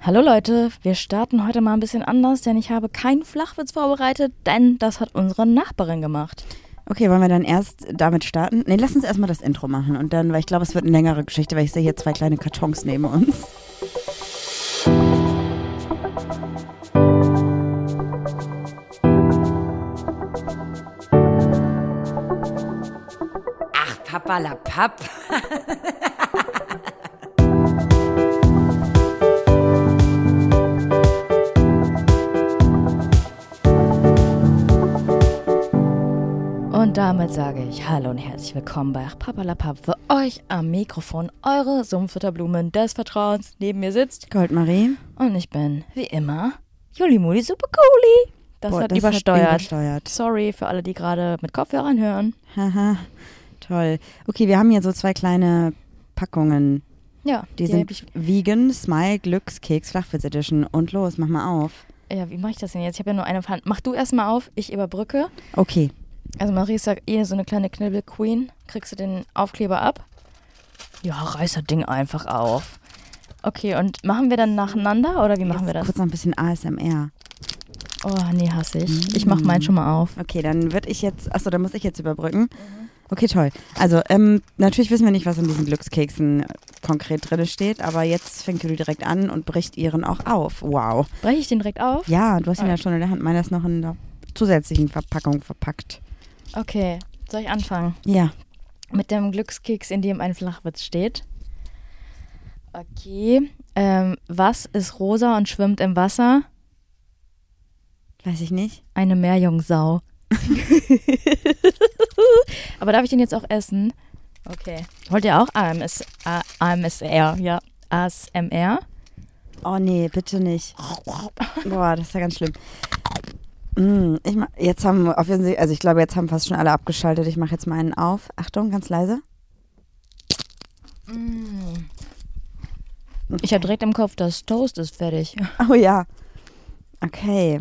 Hallo Leute, wir starten heute mal ein bisschen anders, denn ich habe keinen Flachwitz vorbereitet, denn das hat unsere Nachbarin gemacht. Okay, wollen wir dann erst damit starten? Nee, lass uns erstmal das Intro machen und dann, weil ich glaube, es wird eine längere Geschichte, weil ich sehe hier zwei kleine Kartons neben uns. Ach, Papa la Papp. Und damit sage ich Hallo und herzlich willkommen bei Papalapap für euch am Mikrofon, eure Sumpfutterblumen des Vertrauens. Neben mir sitzt Goldmarie. und ich bin, wie immer, Juli Muli Super Cooli. Das, Boah, hat, das hat übersteuert. übersteuert. Sorry für alle, die gerade mit Kopfhörern hören. Haha, toll. Okay, wir haben hier so zwei kleine Packungen. Ja, Die hab ich, sind Vegan, Smile, Glückskeks, Flachwitz Edition. Und los, mach mal auf. ja, wie mache ich das denn jetzt? Ich habe ja nur eine Hand. Mach du erstmal auf, ich überbrücke. Okay, Also Marie ist ja eh so eine kleine Knibbel-Queen. Kriegst du den Aufkleber ab? Ja, reiß das Ding einfach auf. Okay, und machen wir dann nacheinander oder wie machen wir das? kurz noch ein bisschen ASMR. Oh, nee, hasse ich. Ich mach meinen schon mal auf. Okay, dann würde ich jetzt, achso, dann muss ich jetzt überbrücken. Okay, toll. Also, ähm, natürlich wissen wir nicht, was in diesen Glückskeksen äh, konkret drin steht, aber jetzt fängt Julie direkt an und bricht ihren auch auf. Wow. Breche ich den direkt auf? Ja, du hast ihn Ah. ja schon in der Hand. Meiner ist noch in der zusätzlichen Verpackung verpackt. Okay, soll ich anfangen? Ja. Mit dem Glückskeks, in dem ein Flachwitz steht. Okay. Ähm, was ist rosa und schwimmt im Wasser? Weiß ich nicht. Eine Meerjungsau. Aber darf ich den jetzt auch essen? Okay. Wollt ihr auch AMS, A, AMSR? Ja. ASMR? Oh nee, bitte nicht. Boah, das ist ja ganz schlimm. Mm, Ich ma- jetzt haben offensichtlich, also ich glaube, jetzt haben fast schon alle abgeschaltet. Ich mache jetzt meinen auf. Achtung, ganz leise. Ich habe direkt im Kopf, das Toast ist fertig. Oh ja. Okay.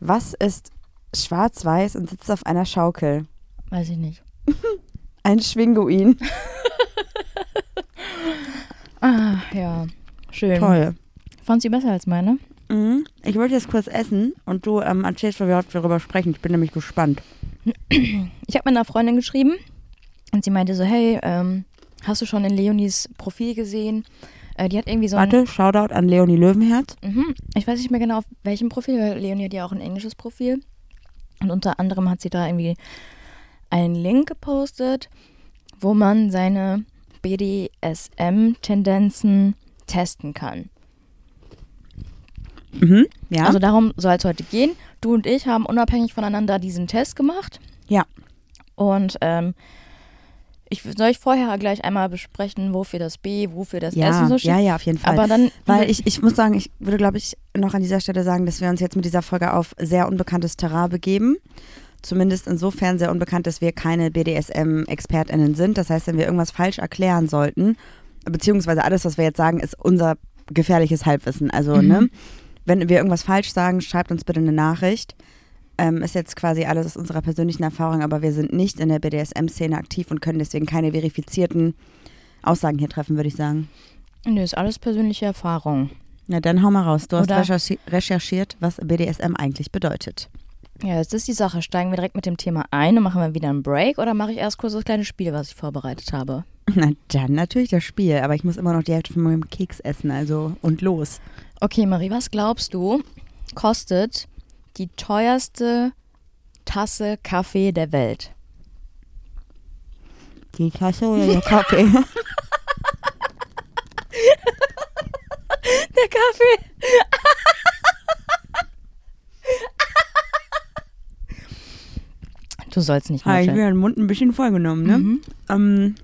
Was ist schwarz-weiß und sitzt auf einer Schaukel? Weiß ich nicht. Ein Schwinguin. Ah, ja. Schön. Toll. Fand sie besser als meine? Mhm. Ich wollte jetzt kurz essen und du ähm, erzählst, weil wir heute darüber sprechen. Ich bin nämlich gespannt. ich habe meiner Freundin geschrieben und sie meinte so, hey, ähm, hast du schon in Leonies Profil gesehen? Äh, die hat irgendwie so ein, Warte, Shoutout an Leonie Löwenherz. mhm, ich weiß nicht mehr genau auf welchem Profil, weil Leonie hat ja auch ein englisches Profil. Und unter anderem hat sie da irgendwie einen Link gepostet, wo man seine BDSM-Tendenzen testen kann. Mhm. Ja. Also darum soll es heute gehen. Du und ich haben unabhängig voneinander diesen Test gemacht. ja. Und ähm, ich, soll ich vorher gleich einmal besprechen, wofür das B, wofür das S Ja, und so steht? ja, ja, auf jeden Fall. Aber dann- Weil ich, ich muss sagen, ich würde, glaube ich, noch an dieser Stelle sagen, dass wir uns jetzt mit dieser Folge auf sehr unbekanntes Terrain begeben. Zumindest insofern sehr unbekannt, dass wir keine BDSM-ExpertInnen sind. Das heißt, wenn wir irgendwas falsch erklären sollten, beziehungsweise alles, was wir jetzt sagen, ist unser gefährliches Halbwissen. Also, Mhm. ne? Wenn wir irgendwas falsch sagen, schreibt uns bitte eine Nachricht. Ähm, ist jetzt quasi alles aus unserer persönlichen Erfahrung, aber wir sind nicht in der BDSM-Szene aktiv und können deswegen keine verifizierten Aussagen hier treffen, würde ich sagen. Nö, ist alles persönliche Erfahrung. Na dann hau mal raus. Du hast Oder- recherchi recherchiert, was BDSM eigentlich bedeutet. Ja, jetzt ist die Sache. Steigen wir direkt mit dem Thema ein und machen wir wieder einen Break oder mache ich erst kurz das kleine Spiel, was ich vorbereitet habe? Na dann natürlich das Spiel, aber ich muss immer noch die Hälfte von meinem Keks essen, also und los. Okay, Marie, was glaubst du, kostet die teuerste Tasse Kaffee der Welt? Die Tasse oder der Kaffee? Der Kaffee! du sollst nicht Hi, ich bin nuscheln. den Mund ein bisschen vollgenommen, ne? Ähm,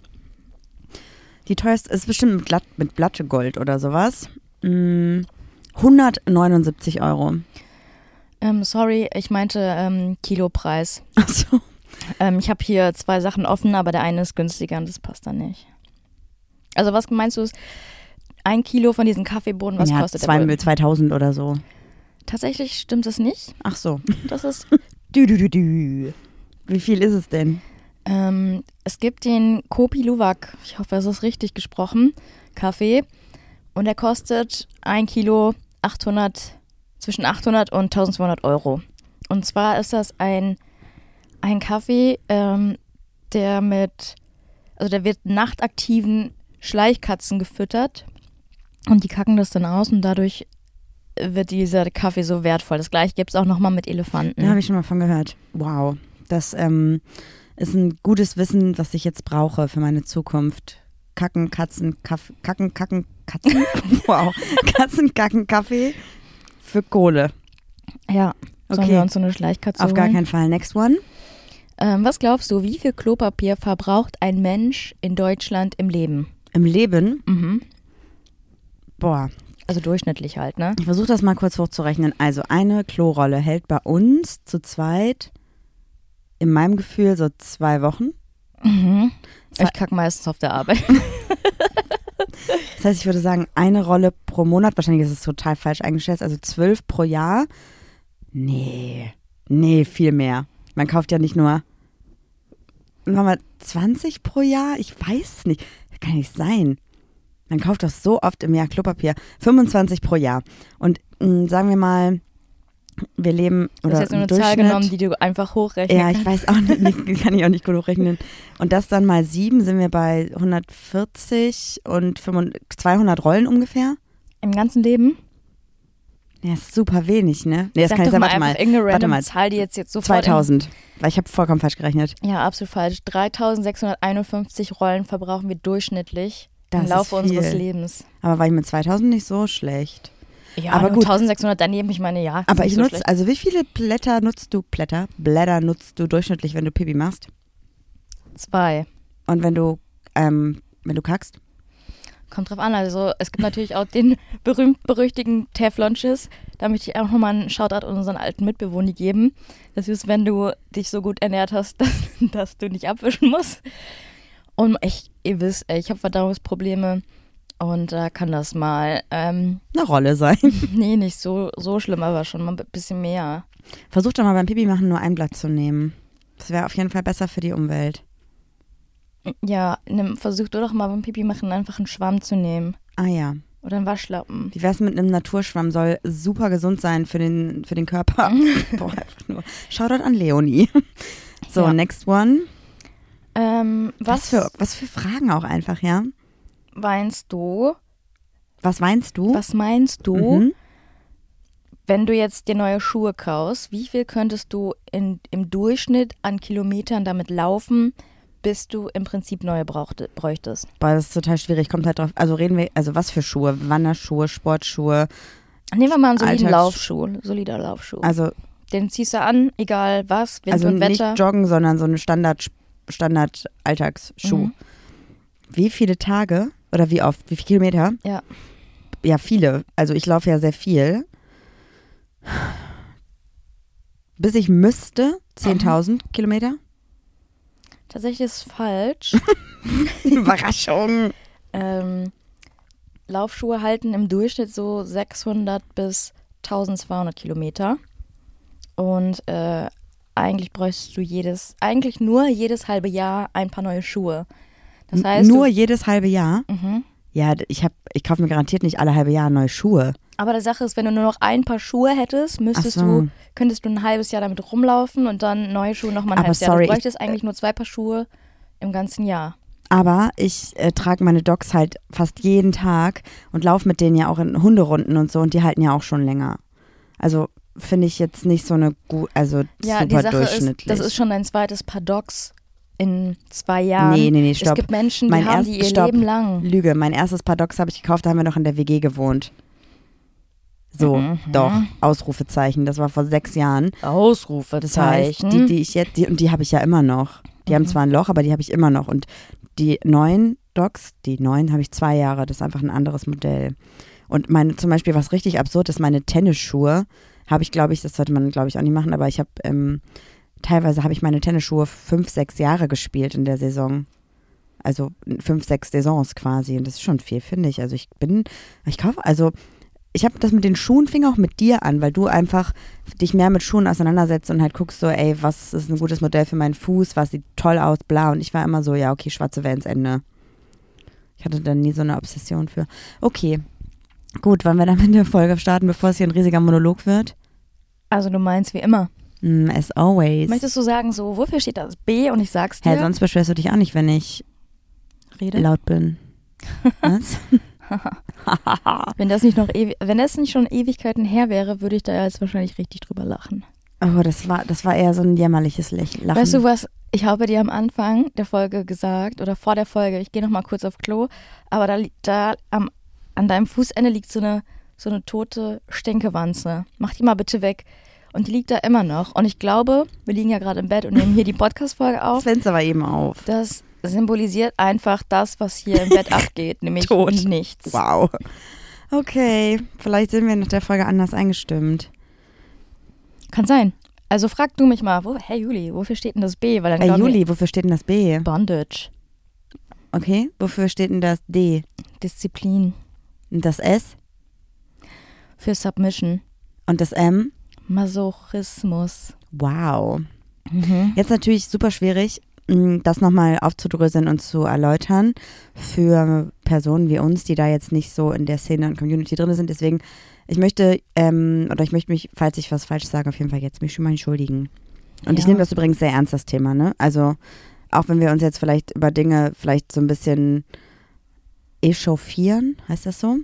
die teuerste ist bestimmt mit, Glatt, mit Blattegold oder sowas. Mm, 179 Euro. Ähm, sorry, ich meinte ähm, Kilopreis. Achso. Ähm, ich habe hier zwei Sachen offen, aber der eine ist günstiger und das passt dann nicht. Also was meinst du ist, ein Kilo von diesen Kaffeebohnen, was ja, kostet zwei, der wohl? 2000 oder so. Tatsächlich stimmt das nicht. Ach so. Das ist, Du, du, du, du. Wie viel ist es denn? ähm, es gibt den Kopi Luwak, ich hoffe, es ist richtig gesprochen, Kaffee. Und der kostet ein Kilo 800, zwischen 800 und 1200 Euro. Und zwar ist das ein, ein Kaffee, ähm, der mit, also der wird nachtaktiven Schleichkatzen gefüttert und die kacken das dann aus und dadurch wird dieser Kaffee so wertvoll. Das gleiche gibt es auch nochmal mit Elefanten. Da habe ich schon mal von gehört. Wow. Das ähm, ist ein gutes Wissen, was ich jetzt brauche für meine Zukunft. Kacken, Katzen, Kaff Kacken, Kacken, Katzen. wow. Katzen, Kacken, Kaffee für Kohle. ja, sollen Okay. wir uns so eine Schleichkatze Auf gar holen? keinen Fall. Next one. Ähm, was glaubst du, wie viel Klopapier verbraucht ein Mensch in Deutschland im Leben? Im Leben, Mhm. boah, Also durchschnittlich halt, ne? ich versuche das mal kurz hochzurechnen. Also eine Klorolle hält bei uns zu zweit in meinem Gefühl so zwei Wochen. Ich kack meistens auf der Arbeit. Das heißt, ich würde sagen, eine Rolle pro Monat. Wahrscheinlich ist es total falsch eingeschätzt. Also zwölf pro Jahr. Nee. Nee, viel mehr. Man kauft ja nicht nur. Machen wir 20 pro Jahr? Ich weiß es nicht. Das kann nicht sein. Man kauft doch so oft im Jahr Klopapier. 25 pro Jahr. Und mh, sagen wir mal, wir leben. Du Oder hast jetzt nur im eine Zahl Durchschnitt- genommen, die du einfach hochrechnest. ja, ich weiß auch nicht, nicht, kann ich auch nicht gut hochrechnen. Und das dann mal sieben sind wir bei 140 und 500 200 Rollen ungefähr. Im ganzen Leben? Ja, ist super wenig, ne? Nee, das Sag kann ich doch sagen, mal warte mal. einfach irgendeine Warte random mal, Zahl, die jetzt, jetzt sofort... 2000. Weil ich habe vollkommen falsch gerechnet. In, ja, absolut falsch. 3651 Rollen verbrauchen wir durchschnittlich Das im ist Laufe unseres viel. Lebens. Aber war ich mit 2000 nicht so schlecht. Ja, Aber nur gut. 1600 daneben, ich meine, ja. Aber nicht ich so nutze, schlecht. also wie viele Blätter nutzt du, Blätter, Blätter nutzt du durchschnittlich, wenn du Pipi machst? Zwei. Und wenn du, ähm, wenn du kackst? Kommt drauf an. Also es gibt natürlich auch den berühmt-berüchtigten Teflon-Schiss. Da möchte ich auch nochmal einen Shoutout an unseren alten Mitbewohner geben. Das ist, wenn du dich so gut ernährt hast, dass, dass du nicht abwischen musst. Und ich, ihr wisst, ey, ich habe Verdauungsprobleme und da kann das mal, ähm, Eine Rolle sein. nee, nicht so, so schlimm, aber schon mal ein bisschen mehr. Versuch doch mal beim Pipi machen nur ein Blatt zu nehmen. Das wäre auf jeden Fall besser für die Umwelt. Ja, nimm, versuch du doch mal beim Pipi machen, einfach einen Schwamm zu nehmen Ah ja. oder einen Waschlappen. Wie wär's mit einem Naturschwamm? Soll super gesund sein für den, für den Körper. Boah, einfach nur. Shoutout an Leonie. So, Ja. next one. Ähm, was, Was für, was für Fragen auch einfach, ja? meinst du? Was weinst du? Was meinst du? Mhm. Wenn du jetzt dir neue Schuhe kaufst, wie viel könntest du in, im Durchschnitt an Kilometern damit laufen, bis du im Prinzip neue brauchte, bräuchtest? Boah, das ist total schwierig. Kommt halt drauf. Also reden wir, also was für Schuhe? Wanderschuhe, Sportschuhe. Nehmen wir mal einen soliden Alltags- Laufschuh, solider Laufschuh. Also, Den ziehst du an, egal was, Wind also und nicht Wetter. joggen, sondern so eine Standard, Standard Alltagsschuh. Mhm. Wie viele Tage oder wie oft? Wie viele Kilometer? Ja. Ja, viele. Also ich laufe ja sehr viel. Bis ich müsste, 10.000 Mhm. Kilometer. Tatsächlich ist es falsch. Überraschung. ähm, Laufschuhe halten im Durchschnitt so 600 bis 1200 Kilometer. Und äh, eigentlich bräuchtest du jedes, eigentlich nur jedes halbe Jahr ein paar neue Schuhe. Das heißt, Nur du, jedes halbe Jahr. Mhm. Ja, d- ich, hab- ich kaufe mir garantiert nicht alle halbe Jahr neue Schuhe. aber die Sache ist, wenn du nur noch ein paar Schuhe hättest, müsstest Ach so. du, könntest du ein halbes Jahr damit rumlaufen und dann neue Schuhe nochmal ein Aber halbes sorry, Jahr. ich- äh, Du bräuchtest eigentlich nur zwei Paar Schuhe im ganzen Jahr. Aber ich äh, trage meine Dogs halt fast jeden Tag und laufe mit denen ja auch in Hunderunden und so und die halten ja auch schon länger. Also finde ich jetzt nicht so eine gute, also Ja, super die Sache durchschnittlich. ist, das ist schon dein zweites Paradox in zwei Jahren. Nee, nee, nee, stopp. Es gibt Menschen, die Mein haben erst- die ihr stopp. Leben lang. Lüge. Mein erstes Paradox habe ich gekauft, da haben wir noch in der WG gewohnt. So, Mhm. doch, Ausrufezeichen. Das war vor sechs Jahren. Das heißt, die, die ich jetzt, die, und die habe ich ja immer noch. Die haben zwar ein Loch, aber die habe ich immer noch. Und die neuen Docs, die neuen habe ich zwei Jahre. Das ist einfach ein anderes Modell. Und meine, zum Beispiel, was richtig absurd ist, meine Tennisschuhe habe ich, glaube ich, das sollte man, glaube ich, auch nicht machen, aber ich habe, ähm, teilweise habe ich meine Tennisschuhe fünf, sechs Jahre gespielt in der Saison. Also fünf, sechs Saisons quasi. Und das ist schon viel, finde ich. Also ich bin, ich kaufe, also ich habe das mit den Schuhen, fing auch mit dir an, weil du einfach dich mehr mit Schuhen auseinandersetzt und halt guckst so, ey, was ist ein gutes Modell für meinen Fuß, was sieht toll aus, bla. Und ich war immer so, ja, okay, schwarze Vans, Ende. Ich hatte dann nie so eine Obsession für. Okay, Gut, wollen wir dann mit der Folge starten, bevor es hier ein riesiger Monolog wird? Also du meinst wie immer. Mm, as always. Möchtest du sagen, so, wofür steht das B und ich sag's dir? Hä, sonst beschwerst du dich auch nicht, wenn ich Rede. laut bin. Was? Wenn das nicht noch ewi- wenn das nicht schon Ewigkeiten her wäre, würde ich da jetzt wahrscheinlich richtig drüber lachen. Oh, das war, das war eher so ein jämmerliches Lächeln. Weißt du was? Ich habe dir am Anfang der Folge gesagt oder vor der Folge, ich gehe noch mal kurz auf Klo, aber da liegt da am, an deinem Fußende liegt so eine so eine tote Stänkewanze. Mach die mal bitte weg. Und die liegt da immer noch. Und ich glaube, wir liegen ja gerade im Bett und nehmen hier die Podcast-Folge auf. das Fenster aber eben auf. Das symbolisiert einfach das, was hier im Bett abgeht, nämlich Tot. nichts. Wow. Okay, vielleicht sind wir nach der Folge anders eingestimmt. Kann sein. Also frag du mich mal, wo, hey Juli, wofür steht denn das B? Weil dann Ey, glauben Juli, wofür steht denn das B? wir- Bondage, Okay, wofür steht denn das D? Disziplin, Und das S? für Submission, Und das M? Masochismus. Wow. Jetzt natürlich super schwierig, m, das nochmal aufzudröseln und zu erläutern für Personen wie uns, die da jetzt nicht so in der Szene und Community drin sind. Deswegen, ich möchte, ähm, oder ich möchte mich, falls ich was falsch sage, auf jeden Fall jetzt mich schon mal entschuldigen. Und ich Ja. nehme das übrigens sehr ernst, das Thema, ne? Also, auch wenn wir uns jetzt vielleicht über Dinge vielleicht so ein bisschen echauffieren, heißt das so?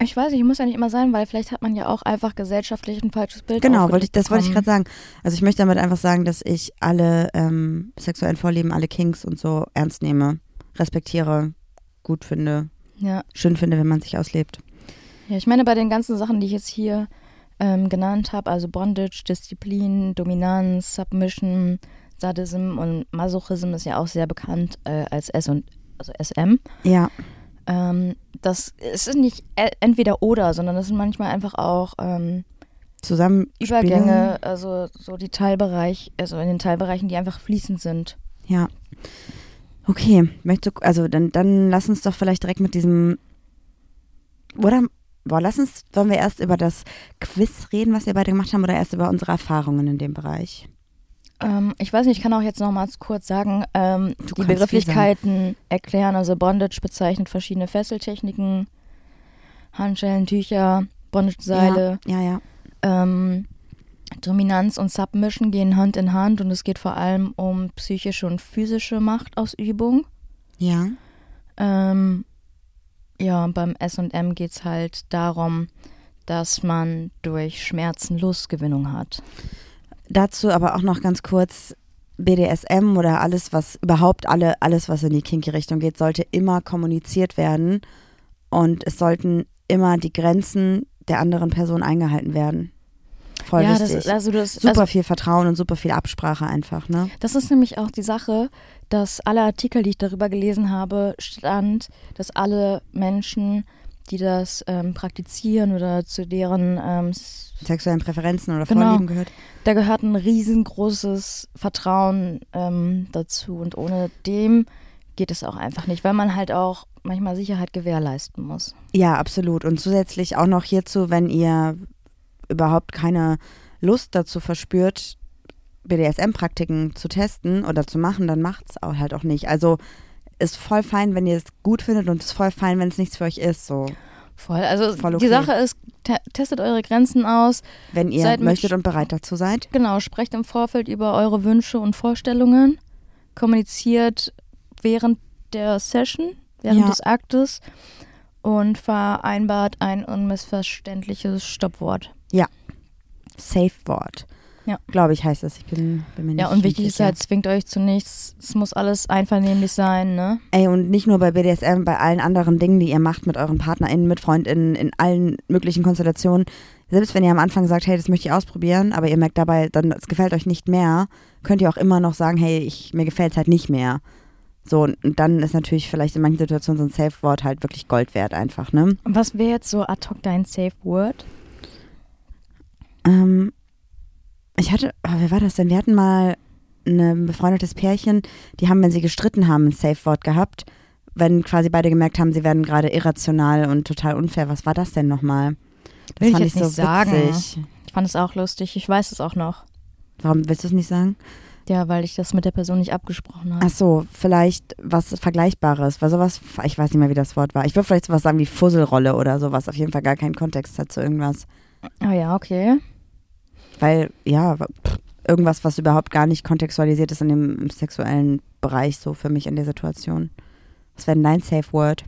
Ich weiß, nicht, ich muss ja nicht immer sein, weil vielleicht hat man ja auch einfach gesellschaftlich ein falsches Bild. Genau, wollte ich, das wollte ich gerade aufgedrückt sagen. Also ich möchte damit einfach sagen, dass ich alle ähm, sexuellen Vorlieben, alle Kinks und so ernst nehme, respektiere, gut finde, bekommen. Ja. schön finde, wenn man sich auslebt. ja, ich meine, bei den ganzen Sachen, die ich jetzt hier ähm, genannt habe, also Bondage, Disziplin, Dominanz, Submission, Sadism und Masochism ist ja auch sehr bekannt äh, als S und also SM. Ja, Ähm, das es ist nicht e- entweder oder, sondern das sind manchmal einfach auch ähm, zusammen Übergänge, also so die Teilbereich, also in den Teilbereichen, die einfach fließend sind. Ja. Okay, möchtest du, also dann, dann lass uns doch vielleicht direkt mit diesem, oder, boah, lass uns, wollen wir erst über das Quiz reden, was wir beide gemacht haben, oder erst über unsere Erfahrungen in dem Bereich? Ähm, ich weiß nicht, ich kann auch jetzt nochmals kurz sagen, ähm, die kannst Begrifflichkeiten erklären. Also Bondage bezeichnet verschiedene Fesseltechniken, Handschellen, Tücher, Bondage-Seile. Ja, ja, ja. Ähm, Dominanz und Submission gehen Hand in Hand und es geht vor allem um psychische und physische Machtausübung. Ja. Ähm, ja, und beim SM geht es halt darum, dass man durch Schmerzen Lustgewinnung hat. Dazu aber auch noch ganz kurz BDSM oder alles was überhaupt alle alles was in die kinky Richtung geht, sollte immer kommuniziert werden und es sollten immer die Grenzen der anderen Person eingehalten werden. Voll ja, das wichtig. ist, also das, super also viel Vertrauen und super viel Absprache einfach, ne? das ist nämlich auch die Sache, dass alle Artikel, die ich darüber gelesen habe, stand, dass alle Menschen, die das ähm, praktizieren oder zu deren ähm, s- Sexuellen Präferenzen oder Genau. Vorlieben gehört. da gehört ein riesengroßes Vertrauen ähm, dazu und ohne dem geht es auch einfach nicht, weil man halt auch manchmal Sicherheit gewährleisten muss. Ja, absolut. Und zusätzlich auch noch hierzu, wenn ihr überhaupt keine Lust dazu verspürt, BDSM-Praktiken zu testen oder zu machen, dann macht's auch halt auch nicht. Also ist voll fein, wenn ihr es gut findet und ist voll fein, wenn es nichts für euch ist. So, Voll. Also Voll okay. die Sache ist, te testet eure Grenzen aus. wenn ihr Seid mit- möchtet und bereit dazu seid. Genau, sprecht im Vorfeld über eure Wünsche und Vorstellungen. Kommuniziert während der Session, während Ja. des Aktes und vereinbart ein unmissverständliches Stoppwort. Safe Word. Ja. Glaube ich, heißt es. Ich bin, bin mir nicht Ja, und wichtig nicht ist sicher. halt, zwingt euch zu nichts. Es muss alles einvernehmlich sein, ne? Ey, und nicht nur bei BDSM, bei allen anderen Dingen, die ihr macht mit euren PartnerInnen, mit FreundInnen, in allen möglichen Konstellationen. Selbst wenn ihr am Anfang sagt, hey, das möchte ich ausprobieren, aber ihr merkt dabei, dann es gefällt euch nicht mehr, könnt ihr auch immer noch sagen, hey, ich, mir gefällt es halt nicht mehr. So, und und dann ist natürlich vielleicht in manchen Situationen so ein Safe-Wort halt wirklich Gold wert einfach, ne? Und was wäre jetzt so ad hoc dein Safe Word? Ähm, ich hatte, oh, wer war das denn? Wir hatten mal ein befreundetes Pärchen, die haben, wenn sie gestritten haben, ein Safe-Wort gehabt. Wenn quasi beide gemerkt haben, sie werden gerade irrational und total unfair. Was war das denn nochmal? Das Will ich fand jetzt ich so nicht sagen. witzig. Ich fand es auch lustig. Ich weiß es auch noch. Warum willst du es nicht sagen? Ja, weil ich das mit der Person nicht abgesprochen habe. Ach so, vielleicht was Vergleichbares, weil sowas, ich weiß nicht mehr, wie das Wort war. Ich würde vielleicht sowas sagen wie Fusselrolle oder sowas, auf jeden Fall gar keinen Kontext hat zu irgendwas. Ah ja, okay. Weil, ja, pff, irgendwas, was überhaupt gar nicht kontextualisiert ist in dem im sexuellen Bereich, so für mich in der Situation. Was wäre denn dein Safe Word?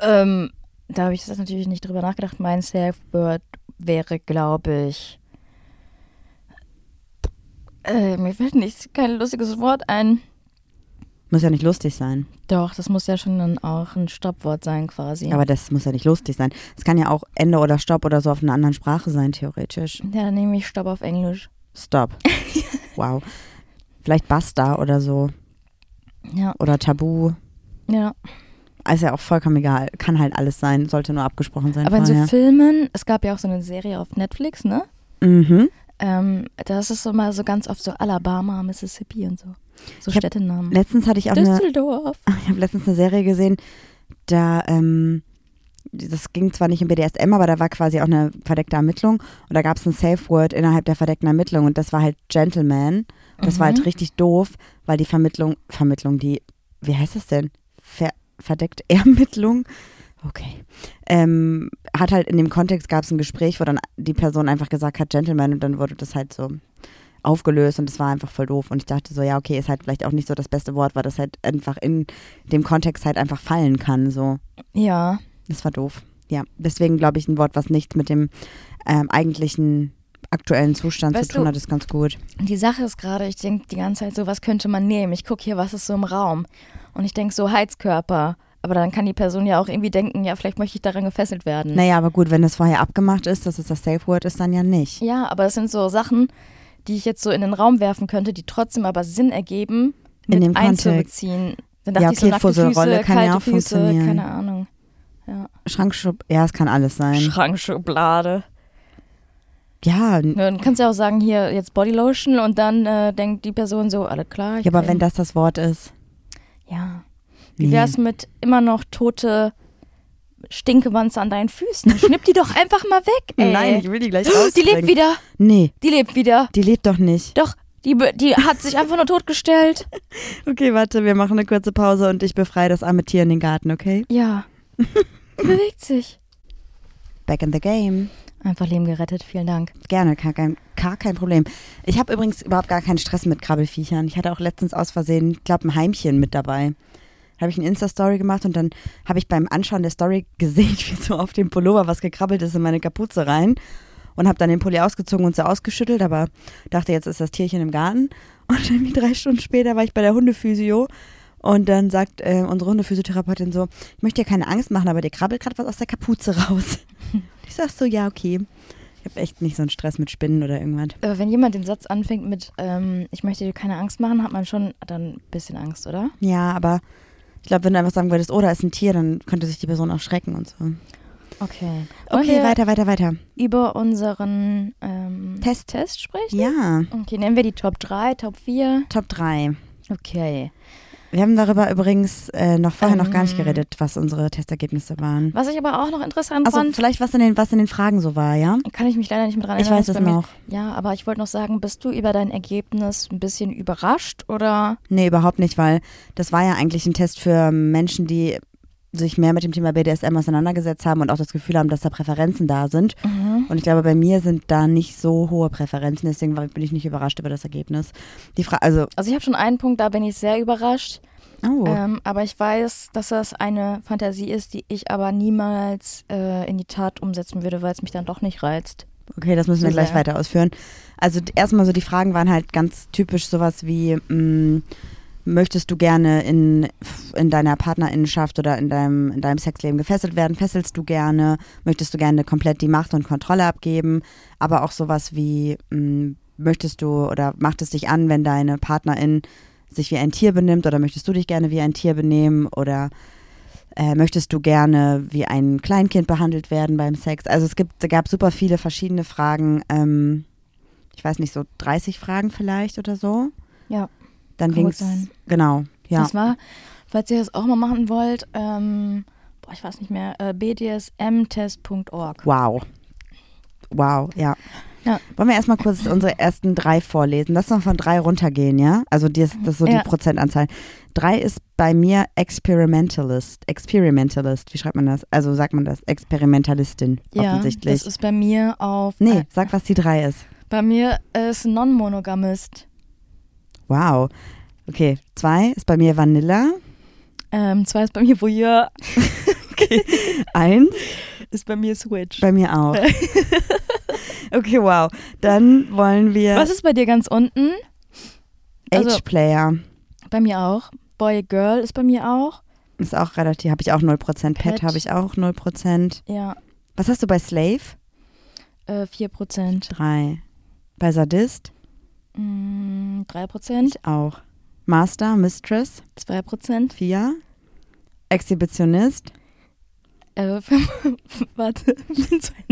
Ähm, da habe ich das natürlich nicht drüber nachgedacht. Mein Safe Word wäre, glaube ich. Äh, mir fällt nichts, kein lustiges Wort ein. Muss ja nicht lustig sein. Doch, das muss ja schon dann auch ein Stoppwort sein, quasi. Aber das muss ja nicht lustig sein. Es kann ja auch Ende oder Stopp oder so auf einer anderen Sprache sein, theoretisch. ja, dann nehme ich Stopp auf Englisch. Stop. wow. Vielleicht Basta oder so. Ja, Oder Tabu. ja. Ist ja auch vollkommen egal. Kann halt alles sein. Sollte nur abgesprochen sein. Aber in so vorher. Filmen, es gab ja auch so eine Serie auf Netflix, ne? mhm. Ähm, das ist so mal so ganz oft so Alabama, Mississippi und so. So Ich hab Städtenamen. Letztens hatte ich auch eine, Düsseldorf. ich habe letztens eine Serie gesehen, da, ähm, das ging zwar nicht um im BDSM, aber da war quasi auch eine verdeckte Ermittlung und da gab es ein Safe Word innerhalb der verdeckten Ermittlung und das war halt Gentleman. Das war halt richtig doof, weil die Vermittlung, Vermittlung, die, wie heißt das denn? Ver, verdeckte Ermittlung? Okay. Ähm, hat halt in dem Kontext gab es ein Gespräch, wo dann die Person einfach gesagt hat, Gentleman, und dann wurde das halt so aufgelöst und es war einfach voll doof. Und ich dachte so, ja, okay, ist halt vielleicht auch nicht so das beste Wort, weil das halt einfach in dem Kontext halt einfach fallen kann. So, Ja, das war doof. Ja, deswegen glaube ich, ein Wort, was nichts mit dem ähm, eigentlichen aktuellen Zustand Weißt zu tun du- hat, ist ganz gut. die Sache ist gerade, ich denke die ganze Zeit so, was könnte man nehmen? Ich gucke hier, was ist so im Raum? Und ich denke so, Heizkörper. Aber dann kann die Person ja auch irgendwie denken, ja, vielleicht möchte ich daran gefesselt werden. Naja, aber gut, wenn das vorher abgemacht ist, dass es das Safe Word ist, dann ja nicht. Ja, aber es sind so Sachen, die ich jetzt so in den Raum werfen könnte, die trotzdem aber Sinn ergeben, In mit dem Kontext. einzubeziehen. Dann dachte Ja, ich so okay, nackte Fusselrolle Füße, kann ja kalte auch Füße, funktionieren. keine Ahnung. Schrankschub, ja, es kann alles sein. Schrankschublade. Ja, n- Ja, Dann kannst du ja auch sagen, hier jetzt Bodylotion und dann äh, denkt die Person so, alle klar. ich ja, aber bin- wenn das das Wort ist. Ja. Wie wär's mit immer noch tote Stinkewanze an deinen Füßen? Schnipp die doch einfach mal weg, ey. will Äh. Oh, die gleich die lebt wieder. Nee, Die lebt wieder. die lebt doch nicht. Doch, die, be- die hat sich einfach nur totgestellt. Okay, warte, wir machen eine kurze Pause und ich befreie das arme Tier in den Garten, okay? Ja. Die bewegt sich. Back in the game. Einfach Leben gerettet, vielen Dank. Gerne, gar kein, gar kein Problem. Ich habe übrigens überhaupt gar keinen Stress mit Krabbelfiechern. Ich hatte auch letztens aus Versehen, ich glaube, ein Heimchen mit dabei. Da habe ich eine Insta-Story gemacht und dann habe ich beim Anschauen der Story gesehen, wie so auf dem Pullover was gekrabbelt ist in meine Kapuze rein. Und habe dann den Pulli ausgezogen und so ausgeschüttelt, aber dachte, jetzt ist das Tierchen im Garten. Und irgendwie drei Stunden später war ich bei der Hundephysio. Und dann sagt äh, unsere Hundephysiotherapeutin so, ich möchte dir keine Angst machen, aber dir krabbelt gerade was aus der Kapuze raus. Ich sag so, ja, okay. Ich habe echt nicht so einen Stress mit Spinnen oder irgendwas. Aber Äh, wenn jemand den Satz anfängt mit, ähm, ich möchte dir keine Angst machen, hat man schon dann ein bisschen Angst, oder? Ja, aber ich glaube, wenn du einfach sagen würdest, oh, da ist ein Tier, dann könnte sich die Person auch schrecken und so. Okay. Wollen Okay, wir weiter, weiter, weiter. über unseren ähm, Test. Test sprechen? Ja, Okay, nehmen wir die Top 3, Top 4. Top 3. Okay. Wir haben darüber übrigens äh, noch vorher noch gar nicht Ähm. geredet, was unsere Testergebnisse waren. Was ich aber auch noch interessant Also fand, vielleicht was in den was in den Fragen so war, ja? kann ich mich leider nicht mehr dran Ich erinnern. weiß was es bei mir- noch. Ja, aber ich wollte noch sagen, bist du über dein Ergebnis ein bisschen überrascht oder? Nee, überhaupt nicht, weil das war ja eigentlich ein Test für Menschen, die sich mehr mit dem Thema BDSM auseinandergesetzt haben und auch das Gefühl haben, dass da Präferenzen da sind. Und ich glaube, bei mir sind da nicht so hohe Präferenzen, deswegen war- bin ich nicht überrascht über das Ergebnis. Die Frage, also, Also ich habe schon einen Punkt, da bin ich sehr überrascht. oh, Ähm, aber ich weiß, dass das eine Fantasie ist, die ich aber niemals äh, in die Tat umsetzen würde, weil es mich dann doch nicht reizt. okay, das müssen wir so gleich sehr. weiter ausführen. Also d- erstmal so, die Fragen waren halt ganz typisch sowas wie, mh, möchtest du gerne in, in deiner Partnerinnenschaft oder in deinem, in deinem Sexleben gefesselt werden? Fesselst du gerne? Möchtest du gerne komplett die Macht und Kontrolle abgeben? Aber auch sowas wie, mh, möchtest du oder macht es dich an, wenn deine Partnerin sich wie ein Tier benimmt oder möchtest du dich gerne wie ein Tier benehmen oder äh, möchtest du gerne wie ein Kleinkind behandelt werden beim Sex? Also es gibt, gab super viele verschiedene Fragen, ähm, ich weiß nicht, so 30 Fragen vielleicht oder so. Ja. Dann Kann ging gut es, sein. genau, ja. Das war, falls ihr das auch mal machen wollt, ähm, boah, ich weiß nicht mehr, äh, bdsmtest.org. Wow. Wow, ja. Ja. Wollen wir erstmal kurz unsere ersten drei vorlesen? Lass uns von drei runtergehen, ja? Also die ist, das ist so Ja. die Prozentanzahl. Drei ist bei mir Experimentalist. Experimentalist, wie schreibt man das? Also sagt man das? Experimentalistin, Ja, offensichtlich. das ist bei mir auf. nee, Äh, sag, was die drei ist. bei mir ist Non-Monogamist. Wow. Okay, zwei ist bei mir Vanilla. Ähm, zwei ist bei mir Voyeur, Eins ist bei mir Switch. bei mir auch. Okay, wow. Dann wollen wir Was ist bei dir ganz unten? also- Age-Player. Bei mir auch. Boy Girl ist bei mir auch. Ist auch relativ, habe ich auch 0%. Pet Pet. habe ich auch 0%. Ja, Was hast du bei Slave? äh, 4%. Drei. Bei Sadist? Mm, 3%, Auch. Master, Mistress? 2%, Vier. Exhibitionist? äh, fünf- warte,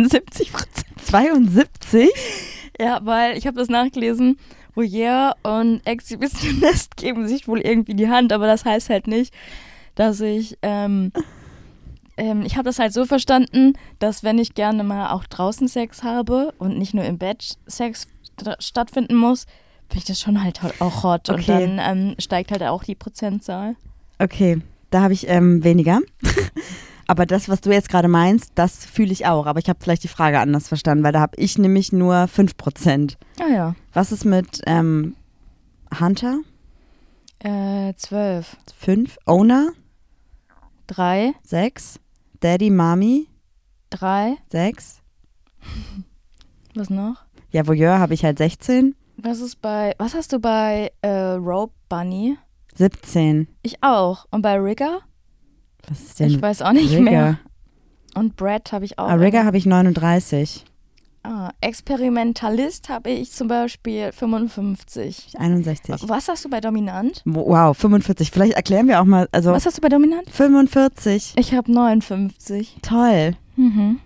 72%. 72? Ja, weil ich habe das nachgelesen. Voyeur und Exhibitionist geben sich wohl irgendwie die Hand, aber das heißt halt nicht, dass ich. Ähm, ähm, ich habe das halt so verstanden, dass wenn ich gerne mal auch draußen Sex habe und nicht nur im Bett Sex st- stattfinden muss, finde ich das schon halt ho- auch hot. Okay. Und dann ähm, steigt halt auch die Prozentzahl. Okay, da habe ich ähm, weniger. Aber das, was du jetzt gerade meinst, das fühle ich auch. Aber ich habe vielleicht die Frage anders verstanden, weil da habe ich nämlich nur 5%. Ah ja. Was ist mit ähm, Hunter? Äh, 12, 5. Owner? 3, 6. Daddy, Mami? 3, 6. was noch? Ja, Voyeur habe ich halt 16. Was ist bei. Was hast du bei äh, Rope Bunny? 17. Ich auch. Und bei Rigger? Was ist Ich denn weiß auch nicht Rigger? mehr. Und Brad habe ich auch. Ah, Rigger habe ich 39. ah, Experimentalist habe ich zum Beispiel 55. Ich 61. Was hast du bei Dominant? Wow, 45. Vielleicht erklären wir auch mal. Also Was hast du bei Dominant? 45. Ich habe 59. Toll. Mhm.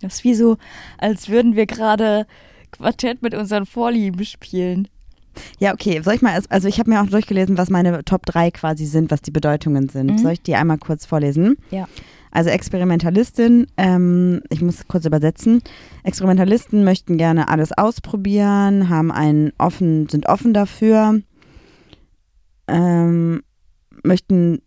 Das ist wie so, als würden wir gerade Quartett mit unseren Vorlieben spielen. Ja, okay. Soll ich mal erst, also ich habe mir auch durchgelesen, was meine Top 3 quasi sind, was die Bedeutungen sind. Mhm. Soll ich die einmal kurz vorlesen? Ja. Also Experimentalistin, ähm, ich muss kurz übersetzen. Experimentalisten möchten gerne alles ausprobieren, haben einen offen, sind offen dafür, ähm, möchten,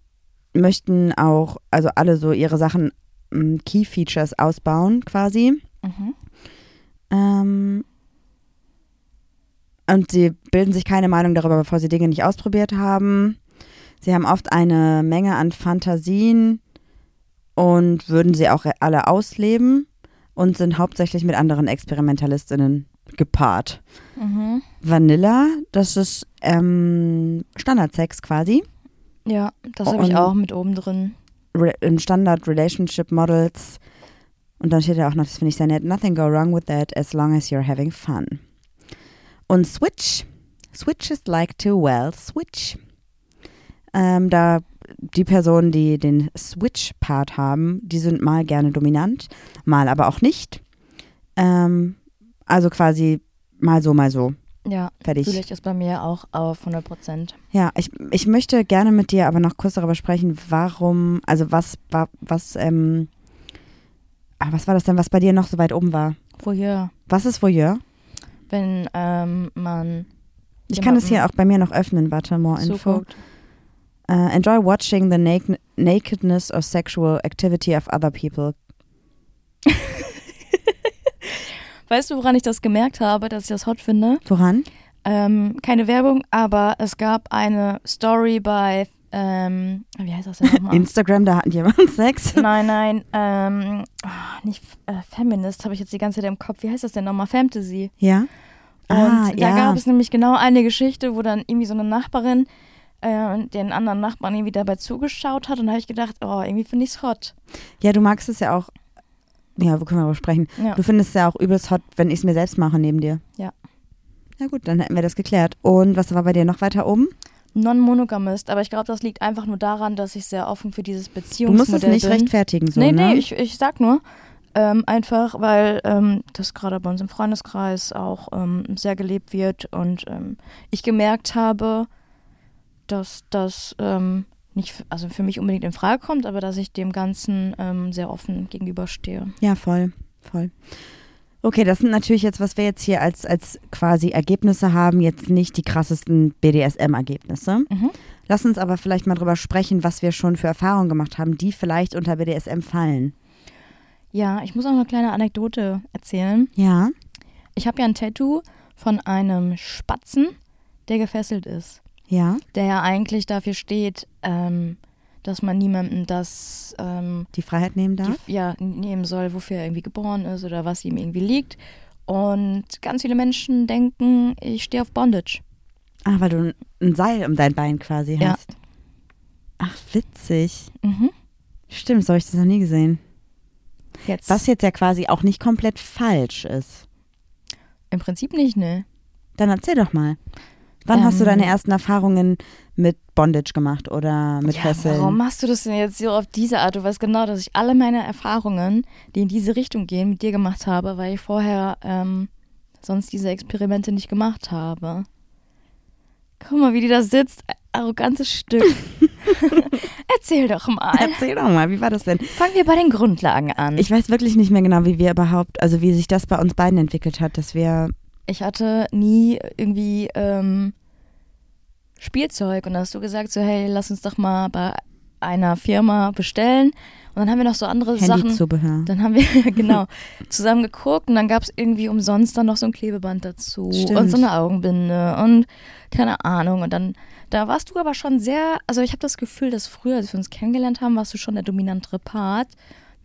möchten auch, also alle so ihre Sachen, ähm, Key Features ausbauen quasi. Mhm. Ähm, und sie bilden sich keine Meinung darüber, bevor sie Dinge nicht ausprobiert haben. Sie haben oft eine Menge an Fantasien und würden sie auch alle ausleben und sind hauptsächlich mit anderen Experimentalistinnen gepaart. Mhm. Vanilla, das ist ähm, Standardsex quasi. Ja, das habe ich Oh, Und- auch mit oben drin. Re in Standard Relationship Models. Und dann steht ja auch noch, das finde ich sehr nett, nothing go wrong with that as long as you're having fun. Und Switch, Switches like to well switch. Ähm, da die Personen, die den Switch-Part haben, die sind mal gerne dominant, mal aber auch nicht. Ähm, also quasi mal so, mal so. Ja, Fertig. Jülich ist bei mir auch auf 100 Prozent. Ja, ich, ich möchte gerne mit dir aber noch kurz darüber sprechen, warum, also was, wa- was, ähm, ah, was war das denn, was bei dir noch so weit oben war? Voyeur. Was ist Voyeur? Wenn ähm, man Ich kann Jemanden- es hier auch bei mir noch öffnen, warte, more info. zuguckt. Äh, enjoy watching the nak nakedness or sexual activity of other people. Weißt du, woran ich das gemerkt habe, dass ich das hot finde? Woran? Ähm, keine Werbung, aber es gab eine Story bei, ähm, wie heißt das denn nochmal? Instagram, da hat jemand Sex. nein, nein, ähm, ah, nicht äh, Feminist, habe ich jetzt die ganze Zeit im Kopf. Wie heißt das denn nochmal? Fantasy. Ja? Und ah, da ja. gab es nämlich genau eine Geschichte, wo dann irgendwie so eine Nachbarin äh, den anderen Nachbarn irgendwie dabei zugeschaut hat und da habe ich gedacht, oh, irgendwie finde ich's hot. ja, du magst es ja auch, ja, wir können darüber sprechen. Ja. Du findest es ja auch übelst hot, wenn ich es mir selbst mache neben dir. Ja. Na gut, dann hätten wir das geklärt. Und was war bei dir noch weiter oben? Non-Monogamist, aber ich glaube, das liegt einfach nur daran, dass ich sehr offen für dieses Du musst es Beziehungsmodell nicht bin. rechtfertigen, so, nee, ne? nee, ich, ich sag nur. Ähm, einfach, weil ähm, das gerade bei uns im Freundeskreis auch ähm, sehr gelebt wird und ähm, ich gemerkt habe, dass das ähm, nicht, f- also für mich unbedingt in Frage kommt, aber dass ich dem Ganzen ähm, sehr offen gegenüberstehe. ja, voll, voll. Okay, das sind natürlich jetzt, was wir jetzt hier als, als quasi Ergebnisse haben, jetzt nicht die krassesten BDSM-Ergebnisse. Mhm. Lass uns aber vielleicht mal drüber sprechen, was wir schon für Erfahrungen gemacht haben, die vielleicht unter BDSM fallen. Ja, ich muss auch noch eine kleine Anekdote erzählen. Ja. Ich habe ja ein Tattoo von einem Spatzen, der gefesselt ist. Ja. Der ja eigentlich dafür steht, ähm, dass man niemandem das ähm, Die Freiheit nehmen darf. die, ja, nehmen soll, wofür er irgendwie geboren ist oder was ihm irgendwie liegt. Und ganz viele Menschen denken, ich stehe auf Bondage. ah, weil du ein- ein Seil um dein Bein quasi Ja. hast. Ach, witzig. Mhm. Stimmt, so habe ich das noch nie gesehen. Jetzt. Was jetzt ja quasi auch nicht komplett falsch ist. Im Prinzip nicht, ne? Dann erzähl doch mal. Wann hast du Ähm. deine ersten Erfahrungen mit Bondage gemacht oder mit Ja, Fesseln? warum machst du das denn jetzt so auf diese Art? Du weißt genau, dass ich alle meine Erfahrungen, die in diese Richtung gehen, mit dir gemacht habe, weil ich vorher ähm, sonst diese Experimente nicht gemacht habe. Guck mal, wie die da sitzt. Arrogantes Stück. Erzähl doch mal. Erzähl doch mal, wie war das denn? Fangen wir bei den Grundlagen an. Ich weiß wirklich nicht mehr genau, wie wir überhaupt, also wie sich das bei uns beiden entwickelt hat, dass wir, ich hatte nie irgendwie ähm, Spielzeug und da hast du gesagt so, hey, lass uns doch mal bei einer Firma bestellen. Und dann haben wir noch so andere Also Sachen. Handyzubehör. Dann haben wir, genau, zusammen geguckt und dann gab es irgendwie umsonst dann noch so ein Klebeband dazu Stimmt. und so eine Augenbinde und keine Ahnung. Und dann, da warst du aber schon sehr, also ich habe das Gefühl, dass früher, als wir uns kennengelernt haben, warst du schon der dominantere Part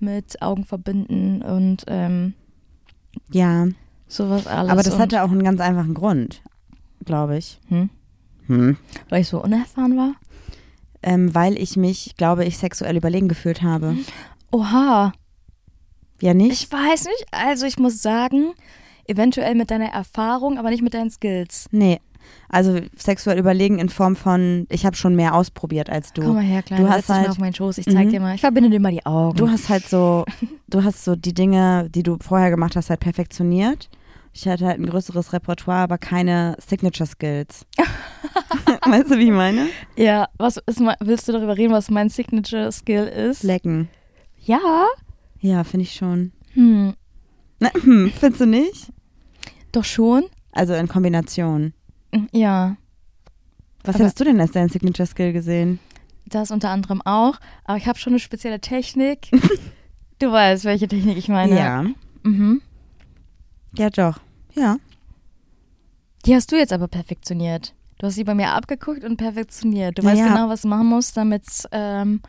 mit Augen verbinden und ähm, Ja, sowas alles. aber das und, hatte auch einen ganz einfachen Grund, glaube ich. Hm? Hm. Weil ich so unerfahren war? Ähm, weil ich mich, glaube ich, sexuell überlegen gefühlt habe. Oha, Ja, nicht? Hm? ich weiß nicht. Also ich muss sagen, eventuell mit deiner Erfahrung, aber nicht mit deinen Skills. Nee. Also sexuell überlegen in Form von, ich habe schon mehr ausprobiert als du. Komm mal her, Kleine, Du setz hast dich halt- mal auf meinen Schoß, ich zeig Mhm. dir mal, ich verbinde dir mal die Augen. Du hast halt so, du hast so die Dinge, die du vorher gemacht hast, halt perfektioniert. Ich hatte halt ein größeres Repertoire, aber keine Signature Skills. weißt du, wie ich meine? ja, was ist mein, willst du darüber reden, was mein Signature-Skill ist? Lecken. ja. Ja, finde ich schon. Hm, Na, hm, Findest du nicht? doch schon? Also in Kombination. Hm, Ja, Was Aber- hättest du denn als dein Signature Skill gesehen? das unter anderem auch. Aber ich habe schon eine spezielle Technik. du weißt, welche Technik ich meine. Ja. Mhm. Ja, doch. Ja. Die hast du jetzt aber perfektioniert. Du hast sie bei mir abgeguckt und perfektioniert. Du weißt Naja. genau, was du machen musst, damit es ähm,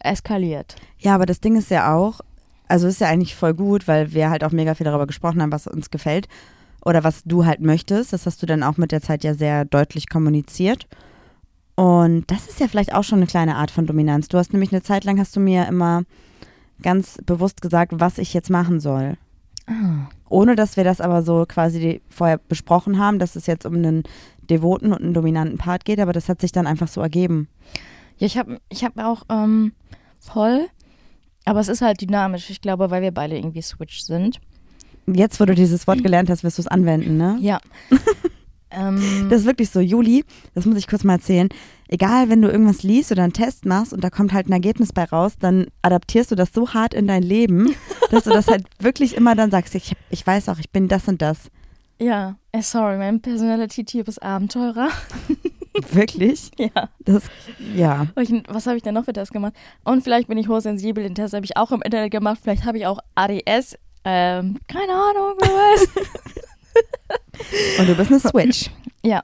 eskaliert. Ja, aber das Ding ist ja auch, also ist ja eigentlich voll gut, weil wir halt auch mega viel darüber gesprochen haben, was uns gefällt oder was du halt möchtest. Das hast du dann auch mit der Zeit ja sehr deutlich kommuniziert. Und das ist ja vielleicht auch schon eine kleine Art von Dominanz. Du hast nämlich eine Zeit lang hast du mir immer ganz bewusst gesagt, was ich jetzt machen soll. Ah. Ohne dass wir das aber so quasi die- vorher besprochen haben, dass es jetzt um einen devoten und einen dominanten Part geht, aber das hat sich dann einfach so ergeben. Ja, ich habe ich hab auch ähm, voll, aber es ist halt dynamisch, ich glaube, weil wir beide irgendwie Switch sind. Jetzt, wo du dieses Wort gelernt hast, wirst du es anwenden, ne? Ja. ähm, Das ist wirklich so, Juli, das muss ich kurz mal erzählen. Egal, wenn du irgendwas liest oder einen Test machst und da kommt halt ein Ergebnis bei raus, dann adaptierst du das so hart in dein Leben, dass du das halt wirklich immer dann sagst, ich, hab- ich weiß auch, ich bin das und das. ja, Äh, sorry, mein Personality-Typ ist Abenteurer. Wirklich? ja. Das, ja. Und ich- Was habe ich denn noch für das gemacht? Und vielleicht bin ich hochsensibel, den Test habe ich auch im Internet gemacht, vielleicht habe ich auch ADS. Ähm, keine Ahnung, wer weiß. Und du bist eine Switch. ja.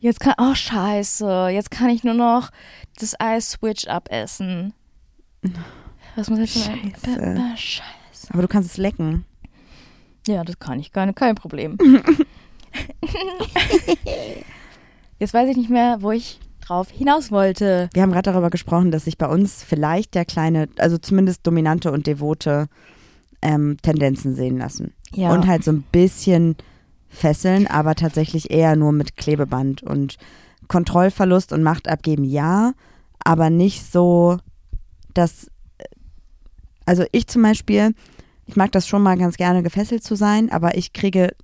Jetzt kann, oh scheiße, jetzt kann ich nur noch das Eis Switch abessen. Was muss ich jetzt machen? Scheiße. Äh, äh, Scheiße. Aber du kannst es lecken. Ja, das kann ich gerne, kein Problem. Jetzt weiß ich nicht mehr, wo ich drauf hinaus wollte. Wir haben gerade darüber gesprochen, dass sich bei uns vielleicht der kleine, also zumindest dominante und devote ähm, Tendenzen sehen lassen. Ja. Und halt so ein bisschen fesseln, aber tatsächlich eher nur mit Klebeband und Kontrollverlust und Macht abgeben, ja, aber nicht so, dass. Also ich zum Beispiel, ich mag das schon mal ganz gerne, gefesselt zu sein, aber ich kriege.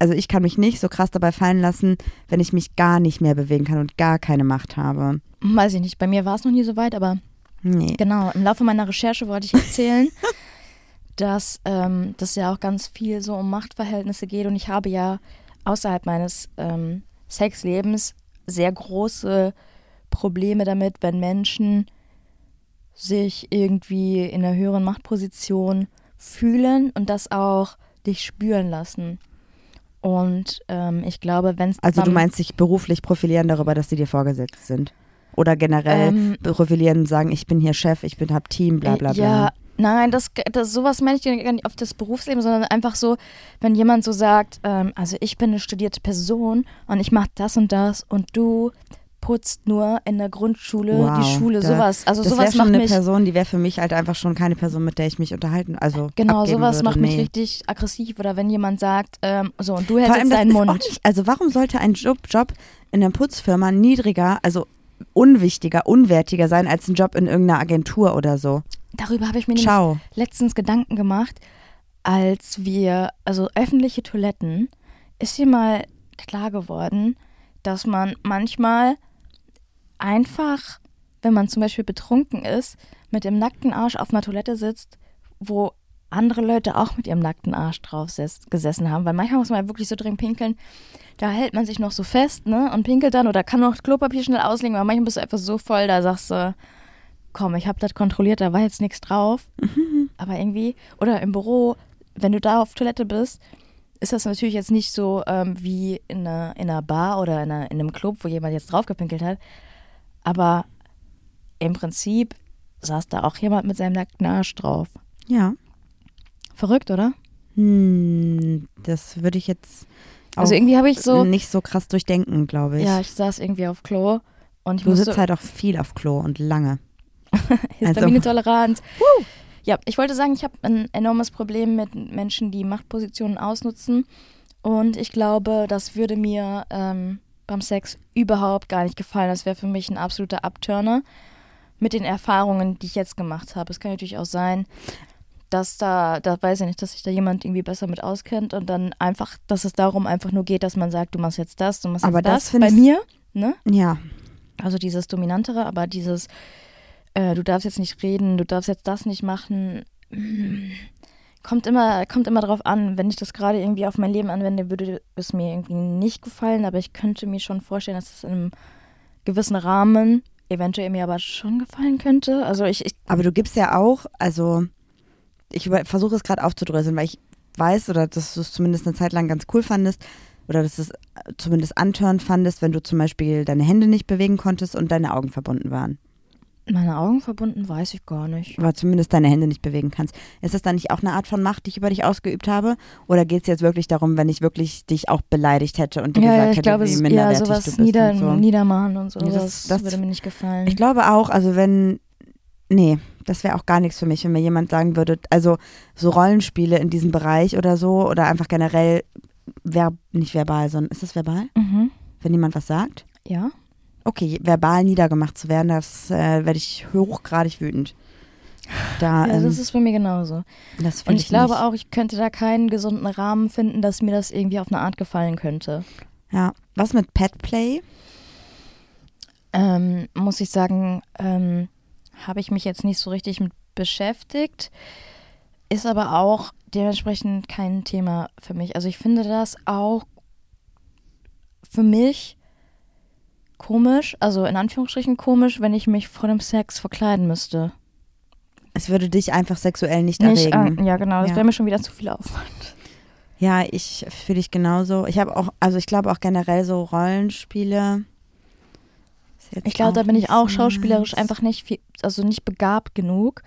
Also ich kann mich nicht so krass dabei fallen lassen, wenn ich mich gar nicht mehr bewegen kann und gar keine Macht habe. Weiß ich nicht, bei mir war es noch nie so weit, aber Nee. genau, im Laufe meiner Recherche wollte ich erzählen, dass ähm, das ja auch ganz viel so um Machtverhältnisse geht und ich habe ja außerhalb meines ähm, Sexlebens sehr große Probleme damit, wenn Menschen sich irgendwie in einer höheren Machtposition fühlen und das auch dich spüren lassen. Und ähm, ich glaube, wenn es Also du dann- meinst dich beruflich profilieren darüber, dass sie dir vorgesetzt sind? Oder generell Ähm, profilieren und sagen, ich bin hier Chef, ich bin hab Team, bla bla bla. Ja, äh, nein, das, das sowas meine ich gar nicht auf das Berufsleben, sondern einfach so, wenn jemand so sagt, ähm, also ich bin eine studierte Person und ich mache das und das und du putzt nur in der Grundschule Wow, die Schule, da- sowas. Also das wär sowas schon macht eine mich Person, die wäre für mich halt einfach schon keine Person, mit der ich mich unterhalten, also genau, abgeben sowas würde. macht mich nee. richtig aggressiv oder wenn jemand sagt, ähm, so und du Vor hältst allem, jetzt das deinen ist Auch Mund. nicht, also warum sollte ein Job, Job in einer Putzfirma niedriger, also unwichtiger, unwertiger sein als ein Job in irgendeiner Agentur oder so? Darüber habe ich mir nämlich Ciao. letztens Gedanken gemacht, als wir, also öffentliche Toiletten, ist hier mal klar geworden, dass man manchmal einfach, wenn man zum Beispiel betrunken ist, mit dem nackten Arsch auf einer Toilette sitzt, wo andere Leute auch mit ihrem nackten Arsch drauf ses- gesessen haben, weil manchmal muss man ja wirklich so drin pinkeln, da hält man sich noch so fest, ne, und pinkelt dann oder kann noch Klopapier schnell auslegen, weil manchmal bist du einfach so voll, da sagst du, komm, ich habe das kontrolliert, da war jetzt nichts drauf. Aber irgendwie, oder im Büro, wenn du da auf Toilette bist, ist das natürlich jetzt nicht so ähm, wie in einer, in einer Bar oder in, einer, in einem Club, wo jemand jetzt draufgepinkelt hat. Aber im Prinzip saß da auch jemand mit seinem nackten Arsch drauf. Ja. Verrückt, oder? Hm, das würde ich jetzt auch Also irgendwie habe ich so, nicht so krass durchdenken, glaube ich. ja, ich saß irgendwie auf Klo und ich du musste sitzt halt auch viel auf Klo und lange. Histaminetoleranz. Also, Ja, ich wollte sagen, ich habe ein enormes Problem mit Menschen, die Machtpositionen ausnutzen. Und ich glaube, das würde mir ähm, beim Sex überhaupt gar nicht gefallen. Das wäre für mich ein absoluter Abturner mit den Erfahrungen, die ich jetzt gemacht habe. Es kann natürlich auch sein, dass da, da weiß ich nicht, dass sich da jemand irgendwie besser mit auskennt und dann einfach, dass es darum einfach nur geht, dass man sagt, du machst jetzt das, du machst Aber jetzt das das. find Bei ich- mir, ne? Ja. Also dieses Dominantere, aber dieses, äh, du darfst jetzt nicht reden, du darfst jetzt das nicht machen, mm, kommt immer, kommt immer drauf an. Wenn ich das gerade irgendwie auf mein Leben anwende, würde es mir irgendwie nicht gefallen, aber ich könnte mir schon vorstellen, dass es in einem gewissen Rahmen eventuell mir aber schon gefallen könnte. Also ich, ich Aber du gibst ja auch, also ich über- versuche es gerade aufzudröseln, weil ich weiß oder dass du es zumindest eine Zeit lang ganz cool fandest oder dass du es äh, zumindest antörend fandest, wenn du zum Beispiel deine Hände nicht bewegen konntest und deine Augen verbunden waren. meine Augen verbunden, weiß ich gar nicht. Aber zumindest deine Hände nicht bewegen kannst. Ist das dann nicht auch eine Art von Macht, die ich über dich ausgeübt habe? Oder geht es jetzt wirklich darum, wenn ich wirklich dich auch beleidigt hätte und dir Ja, gesagt ja, ich hätte, glaube, wie es, ja, minderwertig du sowas bist nieder, und so? niedermachen und so, Ja, das, das- das- würde mir nicht gefallen. Ich glaube auch, also wenn, nee, das wäre auch gar nichts für mich, wenn mir jemand sagen würde, also so Rollenspiele in diesem Bereich oder so oder einfach generell, ver nicht verbal, sondern ist das verbal, mhm. wenn jemand was sagt? Ja, Okay, verbal niedergemacht zu werden, das äh, werde ich hochgradig wütend. Da, ja ähm, das ist bei mir genauso. das will Und ich, glaube nicht. auch, ich könnte da keinen gesunden Rahmen finden, dass mir das irgendwie auf eine Art gefallen könnte. Ja. Was mit Petplay? Ähm, muss ich sagen, ähm, habe ich mich jetzt nicht so richtig mit beschäftigt, ist aber auch dementsprechend kein Thema für mich. Also ich finde das auch für mich komisch, also in Anführungsstrichen komisch, wenn ich mich vor dem Sex verkleiden müsste. Es würde dich einfach sexuell nicht Nicht, erregen. äh, ja, genau, das Ja. wäre mir schon wieder zu viel Aufwand. Ja, ich fühle dich genauso. Ich habe auch, also ich glaube auch generell so Rollenspiele. ist jetzt Ich glaube, da auch bin nicht ich auch so schauspielerisch meins. einfach nicht viel, also nicht begabt genug.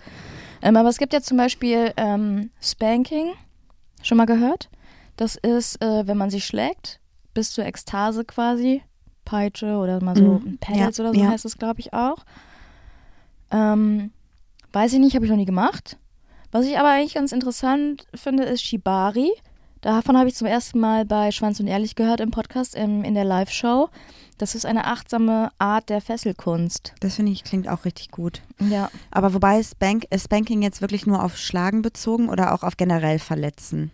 Ähm, aber es gibt ja zum Beispiel ähm, Spanking, schon mal gehört? Das ist, äh, wenn man sich schlägt, bis zur Ekstase quasi, Peitsche oder mal so Mhm. Pedals Ja, oder so ja. heißt es, glaube ich, auch. Ähm, weiß ich nicht, habe ich noch nie gemacht. Was ich aber eigentlich ganz interessant finde, ist Shibari. Davon habe ich zum ersten Mal bei Schwanz und Ehrlich gehört im Podcast, im, in der Live-Show. Das ist eine achtsame Art der Fesselkunst. Das finde ich klingt auch richtig gut. Ja. Aber wobei Spank, ist Spanking jetzt wirklich nur auf Schlagen bezogen oder auch auf generell Verletzen?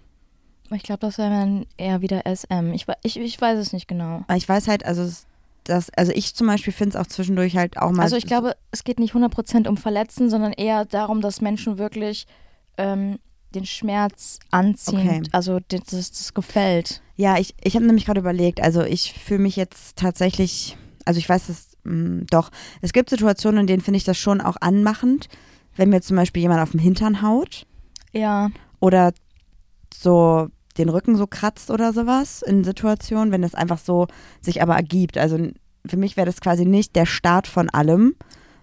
Ich glaube, das wäre dann eher wieder SM. Ich, we- ich, ich weiß es nicht genau. Weil Ich weiß halt, also es- das, also ich zum Beispiel finde es auch zwischendurch halt auch mal. Also ich glaube, es geht nicht 100% um Verletzen, sondern eher darum, dass Menschen wirklich ähm, den Schmerz anziehen. Okay. Also das, das, das gefällt. Ja, ich, ich habe nämlich gerade überlegt, also ich fühle mich jetzt tatsächlich, also ich weiß es mh, doch, es gibt Situationen, in denen finde ich das schon auch anmachend, wenn mir zum Beispiel jemand auf den Hintern haut Ja. oder so den Rücken so kratzt oder sowas in Situationen, wenn das einfach so sich aber ergibt. Also n- für mich wäre das quasi nicht der Start von allem,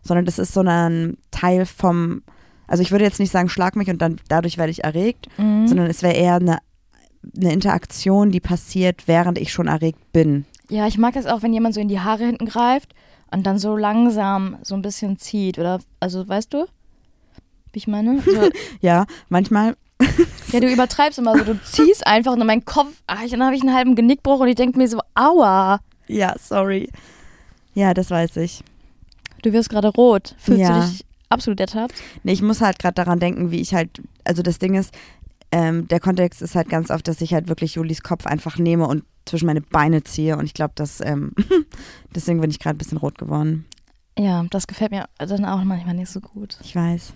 sondern das ist so ein Teil vom, also ich würde jetzt nicht sagen, schlag mich und dann dadurch werde ich erregt, Mhm. sondern es wäre eher eine, eine Interaktion, die passiert, während ich schon erregt bin. Ja, ich mag das auch, wenn jemand so in die Haare hinten greift und dann so langsam so ein bisschen zieht. Oder, also weißt du, wie ich meine? So, Ja, manchmal, ja, du übertreibst immer so, du ziehst einfach und dann mein Kopf, ach, dann habe ich einen halben Genickbruch und ich denke mir so, aua, ja, sorry. Ja, das weiß ich. du wirst gerade rot. Fühlst Ja. du dich absolut ertappt? Nee, ich muss halt gerade daran denken, wie ich halt, also das Ding ist, ähm, der Kontext ist halt ganz oft, dass ich halt wirklich Julis Kopf einfach nehme und zwischen meine Beine ziehe und ich glaube, dass, ähm, deswegen bin ich gerade ein bisschen rot geworden. Ja, das gefällt mir dann auch manchmal nicht so gut. Ich weiß.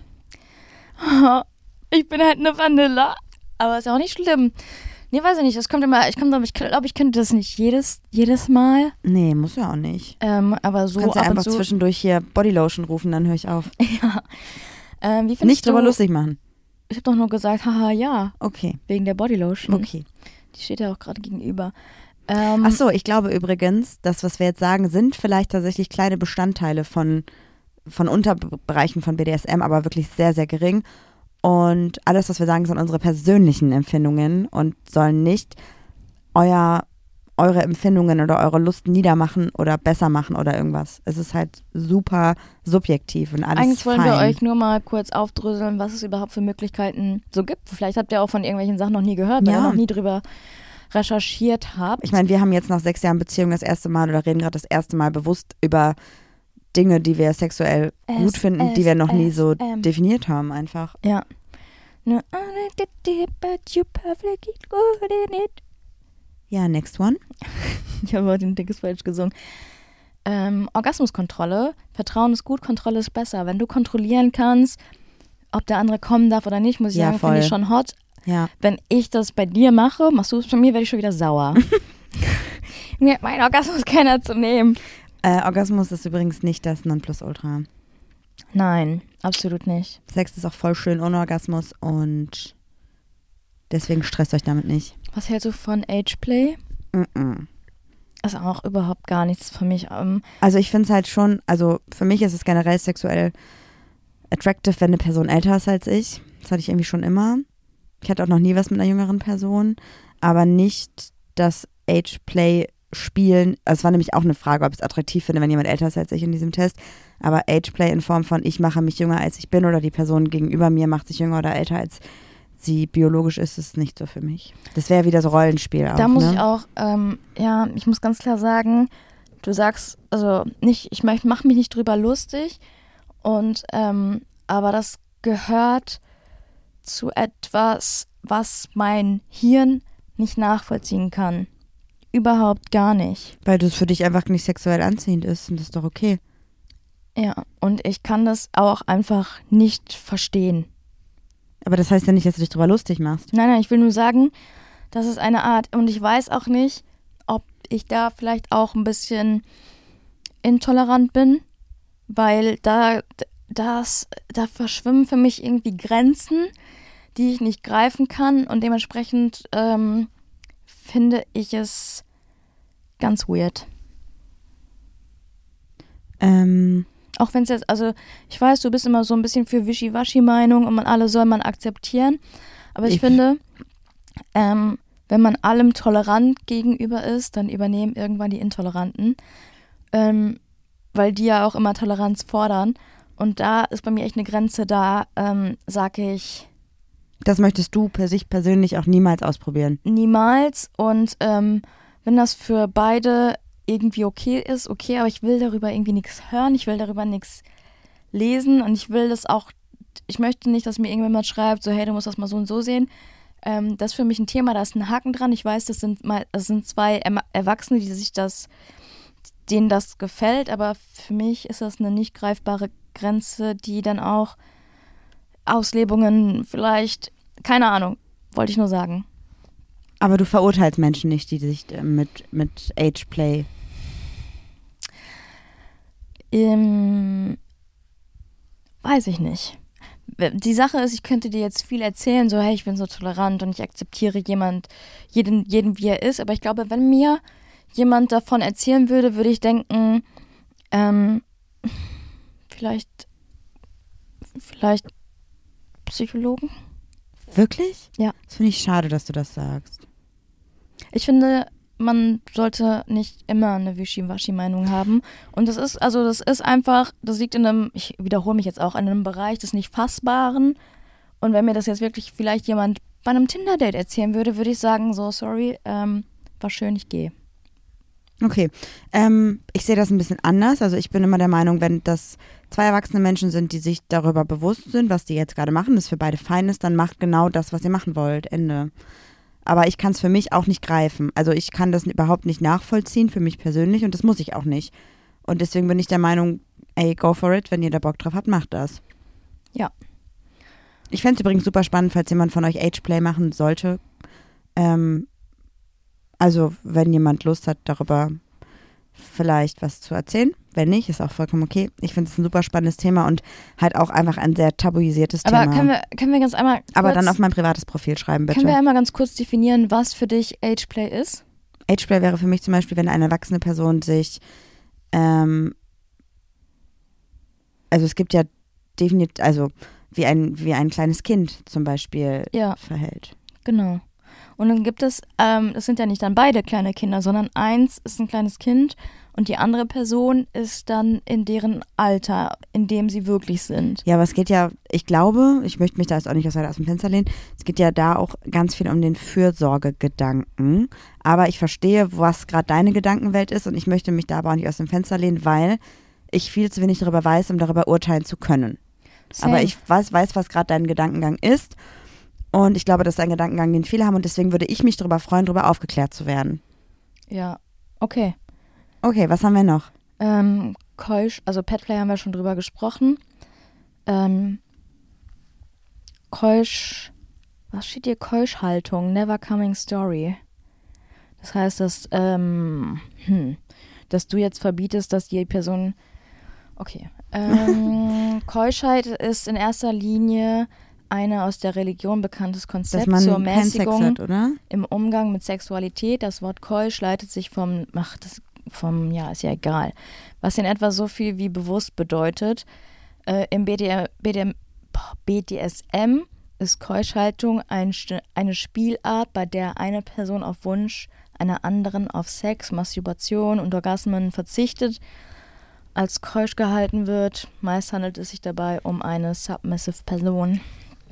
Oh, Ich bin halt eine Vanilla. Aber ist ja auch nicht schlimm. Nee, weiß ich nicht. Das kommt immer, ich komme ich glaube, ich könnte das nicht jedes, jedes Mal. Nee, muss ja auch nicht. Ähm, aber Du so kannst ja ab und zu. einfach zwischendurch hier Bodylotion rufen, dann höre ich auf. Ähm, wie findest Nicht du, drüber lustig machen. Ich habe doch nur gesagt, haha, ja, Okay, wegen der Bodylotion. okay. Die steht ja auch gerade gegenüber. Ähm, Ach so, ich glaube übrigens, das, was wir jetzt sagen, sind vielleicht tatsächlich kleine Bestandteile von, von Unterbereichen von BDSM, aber wirklich sehr, sehr gering. Und alles, was wir sagen, sind unsere persönlichen Empfindungen und sollen nicht euer, eure Empfindungen oder eure Lust niedermachen oder besser machen oder irgendwas. Es ist halt super subjektiv und alles eigentlich wollen fein. wir euch nur mal kurz aufdröseln, was es überhaupt für Möglichkeiten so gibt. Vielleicht habt ihr auch von irgendwelchen Sachen noch nie gehört, weil Ja. ihr noch nie drüber recherchiert habt. Ich meine, wir haben jetzt nach sechs Jahren Beziehung das erste Mal oder reden gerade das erste Mal bewusst über Dinge, die wir sexuell Es- gut finden, die wir noch nie so SM. definiert haben, einfach. ja. No, I don't get it, but you perfectly good in it. Ja, next one. Ich habe heute ein dickes Falsch gesungen. Ähm, Orgasmuskontrolle. Vertrauen ist gut, Kontrolle ist besser. Wenn du kontrollieren kannst, ob der andere kommen darf oder nicht, muss ich Ja, sagen, finde ich voll. schon hot. Ja. Wenn ich das bei dir mache, machst du es bei mir, werde ich schon wieder sauer. mir hat mein Orgasmus keiner zu nehmen. Äh, Orgasmus ist übrigens nicht das Nonplusultra. Nein, absolut nicht. Sex ist auch voll schön ohne Orgasmus und deswegen stresst euch damit nicht. Was hältst du von Ageplay? Mm-mm. Ist auch überhaupt gar nichts für mich. Ähm, Also ich finde es halt schon, also für mich ist es generell sexuell attractive, wenn eine Person älter ist als ich. Das hatte ich irgendwie schon immer. Ich hatte auch noch nie was mit einer jüngeren Person, aber nicht das Age-Play spielen. Also Es war nämlich auch eine Frage, ob ich es attraktiv finde, wenn jemand älter ist als ich in diesem Test. Aber Age-Play in Form von ich mache mich jünger als ich bin oder die Person gegenüber mir macht sich jünger oder älter als sie biologisch ist, ist nicht so für mich. Das wäre wieder so Rollenspiel auch. da muss ne? ich auch, ähm, ja, ich muss ganz klar sagen, du sagst, also nicht, ich mach, mach mich nicht drüber lustig und ähm, aber das gehört zu etwas, was mein Hirn nicht nachvollziehen kann. Überhaupt gar nicht. Weil das für dich einfach nicht sexuell anziehend ist und das ist doch okay. Ja, und ich kann das auch einfach nicht verstehen. Aber das heißt ja nicht, dass du dich drüber lustig machst. Nein, nein, ich will nur sagen, das ist eine Art. Und ich weiß auch nicht, ob ich da vielleicht auch ein bisschen intolerant bin, weil da, das, da verschwimmen für mich irgendwie Grenzen, die ich nicht greifen kann. Und dementsprechend ähm, finde ich es ganz weird. Ähm, Auch wenn es jetzt, also ich weiß, du bist immer so ein bisschen für Wischiwaschi-Meinung und man alle soll man akzeptieren. Aber ich, Ich- finde, ähm, wenn man allem tolerant gegenüber ist, dann übernehmen irgendwann die Intoleranten. Ähm, weil die ja auch immer Toleranz fordern. Und da ist bei mir echt eine Grenze, da ähm, sage ich das möchtest du per sich persönlich auch niemals ausprobieren. niemals. Und ähm, wenn das für beide irgendwie okay ist, okay, aber ich will darüber irgendwie nichts hören, ich will darüber nichts lesen und ich will das auch, ich möchte nicht, dass mir irgendjemand schreibt, so hey, du musst das mal so und so sehen. Ähm, das ist für mich ein Thema, da ist ein Haken dran. Ich weiß, das sind, mal, das sind zwei Em- Erwachsene, die sich das, denen das gefällt, aber für mich ist das eine nicht greifbare Grenze, die dann auch Auslebungen vielleicht Keine Ahnung. Wollte ich nur sagen. Aber du verurteilst Menschen nicht, die sich äh, mit, mit Age Play. Ähm, weiß ich nicht. Die Sache ist, ich könnte dir jetzt viel erzählen, so hey, ich bin so tolerant und ich akzeptiere jemand, jeden, jeden wie er ist. Aber ich glaube, wenn mir jemand davon erzählen würde, würde ich denken, ähm, vielleicht, vielleicht Psychologen. Wirklich? Ja. Das finde ich schade, dass du das sagst. Ich finde, man sollte nicht immer eine Wischiwaschi-Meinung haben. Und das ist, also das ist einfach, das liegt in einem, ich wiederhole mich jetzt auch, in einem Bereich des nicht Fassbaren. Und wenn mir das jetzt wirklich vielleicht jemand bei einem Tinder-Date erzählen würde, würde ich sagen, so, sorry, ähm, war schön, ich gehe. Okay, ähm, ich sehe das ein bisschen anders. Also ich bin immer der Meinung, wenn das zwei erwachsene Menschen sind, die sich darüber bewusst sind, was die jetzt gerade machen, das für beide fein ist, dann macht genau das, was ihr machen wollt. Ende. Aber ich kann es für mich auch nicht greifen. Also ich kann das überhaupt nicht nachvollziehen für mich persönlich und das muss ich auch nicht. Und deswegen bin ich der Meinung, ey, go for it, wenn ihr da Bock drauf habt, macht das. Ja. Ich fände es übrigens super spannend, falls jemand von euch Ageplay machen sollte. Ähm, also, wenn jemand Lust hat, darüber vielleicht was zu erzählen. Wenn nicht, ist auch vollkommen okay. Ich finde es ein super spannendes Thema und halt auch einfach ein sehr tabuisiertes Aber Thema. können wir, können wir ganz einmal. Kurz, Aber dann auf mein privates Profil schreiben, bitte. Können wir einmal ganz kurz definieren, was für dich Ageplay ist? Ageplay wäre für mich zum Beispiel, wenn eine erwachsene Person sich, ähm, also es gibt ja definitiv, also wie ein, wie ein kleines Kind zum Beispiel Ja. verhält. Genau. Und dann gibt es, ähm, das sind ja nicht dann beide kleine Kinder, sondern eins ist ein kleines Kind und die andere Person ist dann in deren Alter, in dem sie wirklich sind. Ja, aber es geht ja, ich glaube, ich möchte mich da jetzt auch nicht aus, aus dem Fenster lehnen, es geht ja da auch ganz viel um den Fürsorgegedanken. Aber ich verstehe, was gerade deine Gedankenwelt ist und ich möchte mich da aber auch nicht aus dem Fenster lehnen, weil ich viel zu wenig darüber weiß, um darüber urteilen zu können. Same. Aber ich weiß, weiß was gerade dein Gedankengang ist. Und ich glaube, das ist ein Gedankengang, den viele haben. Und deswegen würde ich mich darüber freuen, darüber aufgeklärt zu werden. Ja, okay. Okay, was haben wir noch? Ähm, Keusch, also Petplay haben wir schon drüber gesprochen. Ähm, Keusch, was steht hier? Keuschhaltung, Never Coming Story. Das heißt, dass, ähm, hm, dass du jetzt verbietest, dass die Person. Okay. Ähm, Keuschheit ist in erster Linie eine aus der Religion bekanntes Dass Konzept man zur keinen Sex Mäßigung hat, oder? im Umgang mit Sexualität. Das Wort keusch leitet sich vom, ach, das, vom, ja, ist ja egal, was in etwa so viel wie bewusst bedeutet. Äh, Im BDM, BDM, boah, BDSM ist Keuschhaltung ein, Sti- eine Spielart, bei der eine Person auf Wunsch einer anderen auf Sex, Masturbation und Orgasmen verzichtet, als keusch gehalten wird. Meist handelt es sich dabei um eine submissive Person.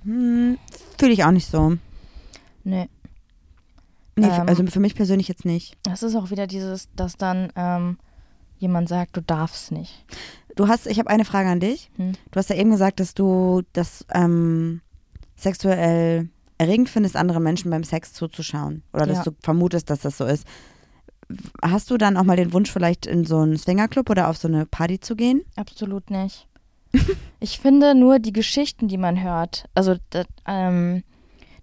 Hm, Fühle ich auch nicht so. Nee. Nee, f- Ähm. also für mich persönlich jetzt nicht. Das ist auch wieder dieses, dass dann ähm, jemand sagt, du darfst nicht. Du hast, ich habe eine Frage an dich. Hm. Du hast ja eben gesagt, dass du das ähm, sexuell erregend findest, anderen Menschen beim Sex zuzuschauen. Oder dass Ja. du vermutest, dass das so ist. Hast du dann auch mal den Wunsch, vielleicht in so einen Swingerclub oder auf so eine Party zu gehen? Absolut nicht. ich finde nur die Geschichten, die man hört, also das, ähm,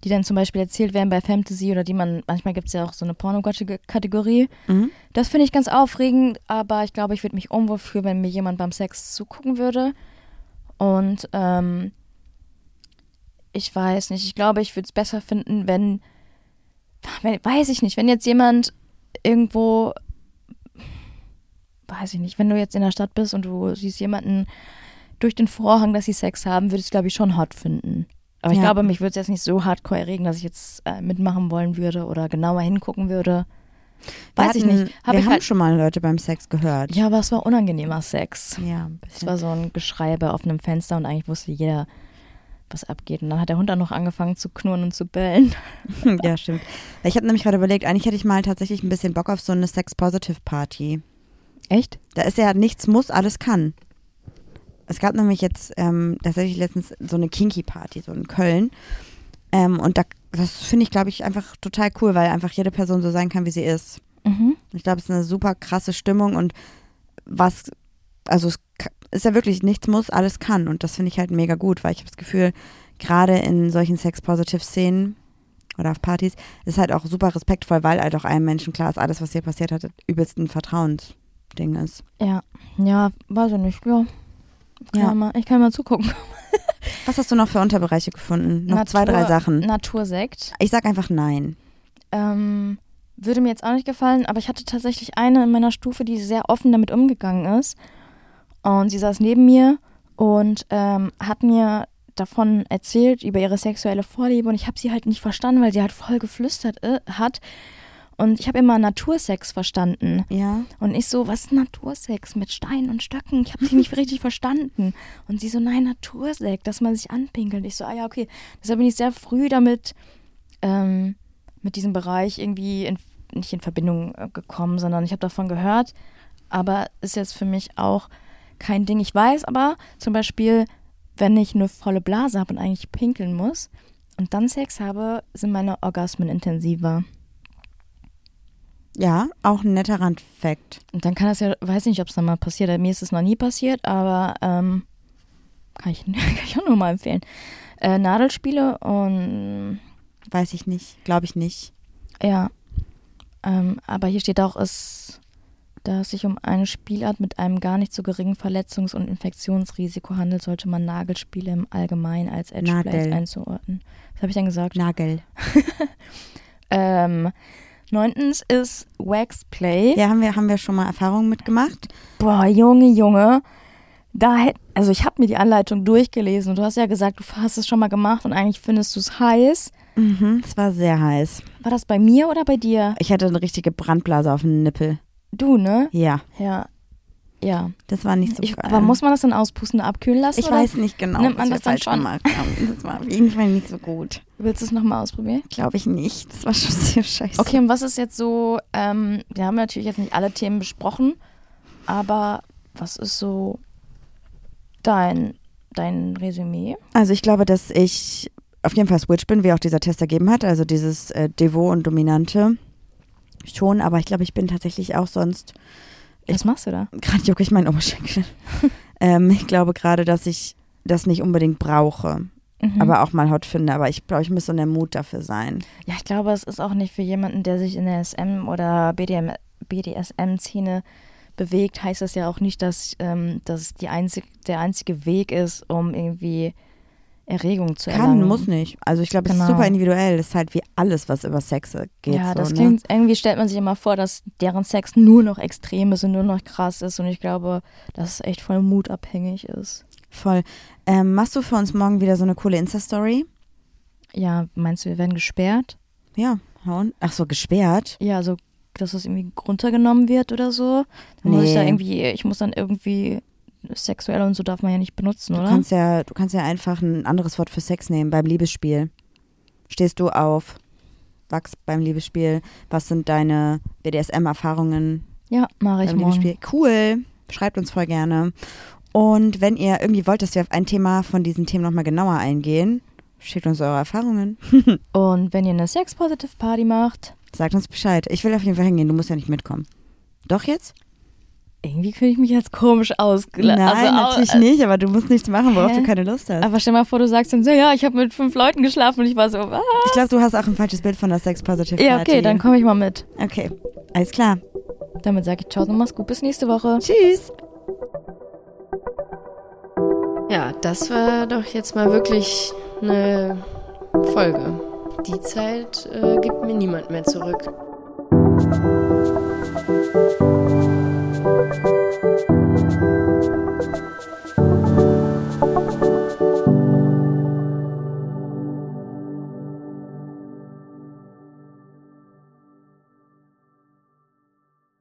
die dann zum Beispiel erzählt werden bei Fantasy oder die man, manchmal gibt es ja auch so eine Porno-Kategorie. Mhm. Das finde ich ganz aufregend, aber ich glaube, ich würde mich unwohl fühlen, wenn mir jemand beim Sex zugucken würde. Und ähm, ich weiß nicht, ich glaube, ich würde es besser finden, wenn, wenn, weiß ich nicht, wenn jetzt jemand irgendwo, weiß ich nicht, wenn du jetzt in der Stadt bist und du siehst jemanden durch den Vorhang, dass sie Sex haben, würde ich es, glaube ich, schon hot finden. Aber ich Ja. glaube, mich würde es jetzt nicht so hardcore erregen, dass ich jetzt äh, mitmachen wollen würde oder genauer hingucken würde. Wir Weiß ich hatten- nicht. Hab wir ich haben halt, schon mal Leute beim Sex gehört. ja, aber es war unangenehmer Sex. Ja, ein Es bisschen. war so ein Geschreibe auf einem Fenster und eigentlich wusste jeder, was abgeht. Und dann hat der Hund auch noch angefangen zu knurren und zu bellen. ja, stimmt. Ich habe nämlich gerade überlegt, eigentlich hätte ich mal tatsächlich ein bisschen Bock auf so eine Sex-Positive-Party. Echt? Da ist ja nichts muss, alles kann. Es gab nämlich jetzt ähm, tatsächlich letztens so eine Kinky-Party, so in Köln. Ähm, und da, das finde ich, glaube ich, einfach total cool, weil einfach jede Person so sein kann, wie sie ist. Mhm. Ich glaube, es ist eine super krasse Stimmung und was, also es ka- ist ja wirklich nichts muss, alles kann. Und das finde ich halt mega gut, weil ich habe das Gefühl, gerade in solchen Sex-Positive-Szenen oder auf Partys, ist halt auch super respektvoll, weil halt auch einem Menschen klar ist, alles, was hier passiert hat, übelst ein Vertrauensding ist. Ja, ja, weiß ich nicht. Ja. Kann Ja. ja. Mal, ich kann mal zugucken. Was hast du noch für Unterbereiche gefunden? Noch zwei, drei Natur- Sachen. Natursekt. Ich sag einfach nein. Ähm, würde mir jetzt auch nicht gefallen, aber ich hatte tatsächlich eine in meiner Stufe, die sehr offen damit umgegangen ist. Und sie saß neben mir und ähm, hat mir davon erzählt, über ihre sexuelle Vorliebe. Und ich habe sie halt nicht verstanden, weil sie halt voll geflüstert äh, hat. Und ich habe immer Natursex verstanden. Ja. Und ich so, was ist Natursex mit Steinen und Stöcken? Ich habe sie nicht richtig verstanden. Und sie so, nein, Natursex, dass man sich anpinkelt. Ich so, ah ja, okay. Deshalb bin ich sehr früh damit, ähm, mit diesem Bereich irgendwie in, nicht in Verbindung äh, gekommen, sondern ich habe davon gehört. Aber ist jetzt für mich auch kein Ding. Ich weiß aber zum Beispiel, wenn ich eine volle Blase habe und eigentlich pinkeln muss und dann Sex habe, sind meine Orgasmen intensiver. Ja, auch ein netter Randfact. Und dann kann das ja, weiß nicht, ob es dann mal passiert. Mir ist es noch nie passiert, aber ähm, kann, ich, kann ich auch nur mal empfehlen. Äh, Nadelspiele und Weiß ich nicht. Glaube ich nicht. ja. Ähm, aber hier steht auch, es, dass es sich um eine Spielart mit einem gar nicht so geringen Verletzungs- und Infektionsrisiko handelt, sollte man Nagelspiele im Allgemeinen als Edgeplays Nadel. einzuordnen. Was habe ich dann gesagt? Nagel. Ähm, neuntens ist Waxplay. Ja, haben wir, haben wir schon mal Erfahrungen mitgemacht. Boah, Junge, Junge. Da hätt, also ich habe mir die Anleitung durchgelesen und du hast ja gesagt, du hast es schon mal gemacht und eigentlich findest du es heiß. Mhm. Es war sehr heiß. War das bei mir oder bei dir? Ich hatte eine richtige Brandblase auf dem Nippel. Du, ne? Ja, Ja. Ja. das war nicht so Ich, geil. aber muss man das dann auspusten und abkühlen lassen? ich oder weiß nicht genau, nimmt man was wir das dann falsch schon? gemacht haben. Das war auf jeden Fall nicht so gut. Willst du es nochmal ausprobieren? Glaube ich nicht. Das war schon sehr scheiße. Okay, und was ist jetzt so, ähm, wir haben natürlich jetzt nicht alle Themen besprochen, aber was ist so dein, dein Resümee? Also ich glaube, dass ich auf jeden Fall Switch bin, wie auch dieser Test ergeben hat. Also dieses äh, Devo und Dominante schon. Aber ich glaube, ich bin tatsächlich auch sonst Was machst du da? gerade jucke ich meinen Oberschenkel. ähm, ich glaube gerade, dass ich das nicht unbedingt brauche, Mhm. aber auch mal hot finde. Aber ich glaube, ich muss so der Mut dafür sein. Ja, ich glaube, es ist auch nicht für jemanden, der sich in der SM- oder BDM, BDSM-Szene bewegt, heißt das ja auch nicht, dass ähm, das die einzig, der einzige Weg ist, um irgendwie Erregung zu Kann, erlangen. muss nicht. Also ich glaube, es ist Genau. super individuell. Das ist halt wie alles, was über Sex geht. Ja, so, das ne? klingt, irgendwie stellt man sich immer vor, dass deren Sex nur noch extrem ist und nur noch krass ist und ich glaube, dass es echt voll mutabhängig ist. voll. Ähm, machst du für uns morgen wieder so eine coole Insta-Story? Ja, meinst du, wir werden gesperrt? Ja. hauen. Ach so, gesperrt. Ja, also, dass das irgendwie runtergenommen wird oder so. Dann muss ich da Nee. irgendwie, ich muss dann irgendwie sexuell und so darf man ja nicht benutzen, Du oder? kannst, ja, du kannst ja einfach ein anderes Wort für Sex nehmen beim Liebesspiel. Stehst du auf? Wachs beim Liebesspiel? Was sind deine BDSM-Erfahrungen? Ja, mache ich beim morgen. Liebesspiel. Cool. Schreibt uns voll gerne. Und wenn ihr irgendwie wollt, dass wir auf ein Thema von diesen Themen nochmal genauer eingehen, schickt uns eure Erfahrungen. Und wenn ihr eine Sex-Positive-Party macht, Sagt uns Bescheid. Ich will auf jeden Fall hingehen. Du musst ja nicht mitkommen. Doch jetzt? irgendwie fühle ich mich jetzt komisch ausgelassen. Nein, also, natürlich au- nicht. Aber du musst nichts machen, worauf Hä? du keine Lust hast. Aber stell mal vor, du sagst dann so, ja, ich habe mit fünf Leuten geschlafen und ich war so, ah. ich glaube, du hast auch ein falsches Bild von der Sex Positive Ja, okay, Party. dann komme ich mal mit. Okay, alles klar. Damit sage ich Tschau und mach's gut. Bis nächste Woche. Tschüss. Ja, das war doch jetzt mal wirklich eine Folge. Die Zeit äh, gibt mir niemand mehr zurück.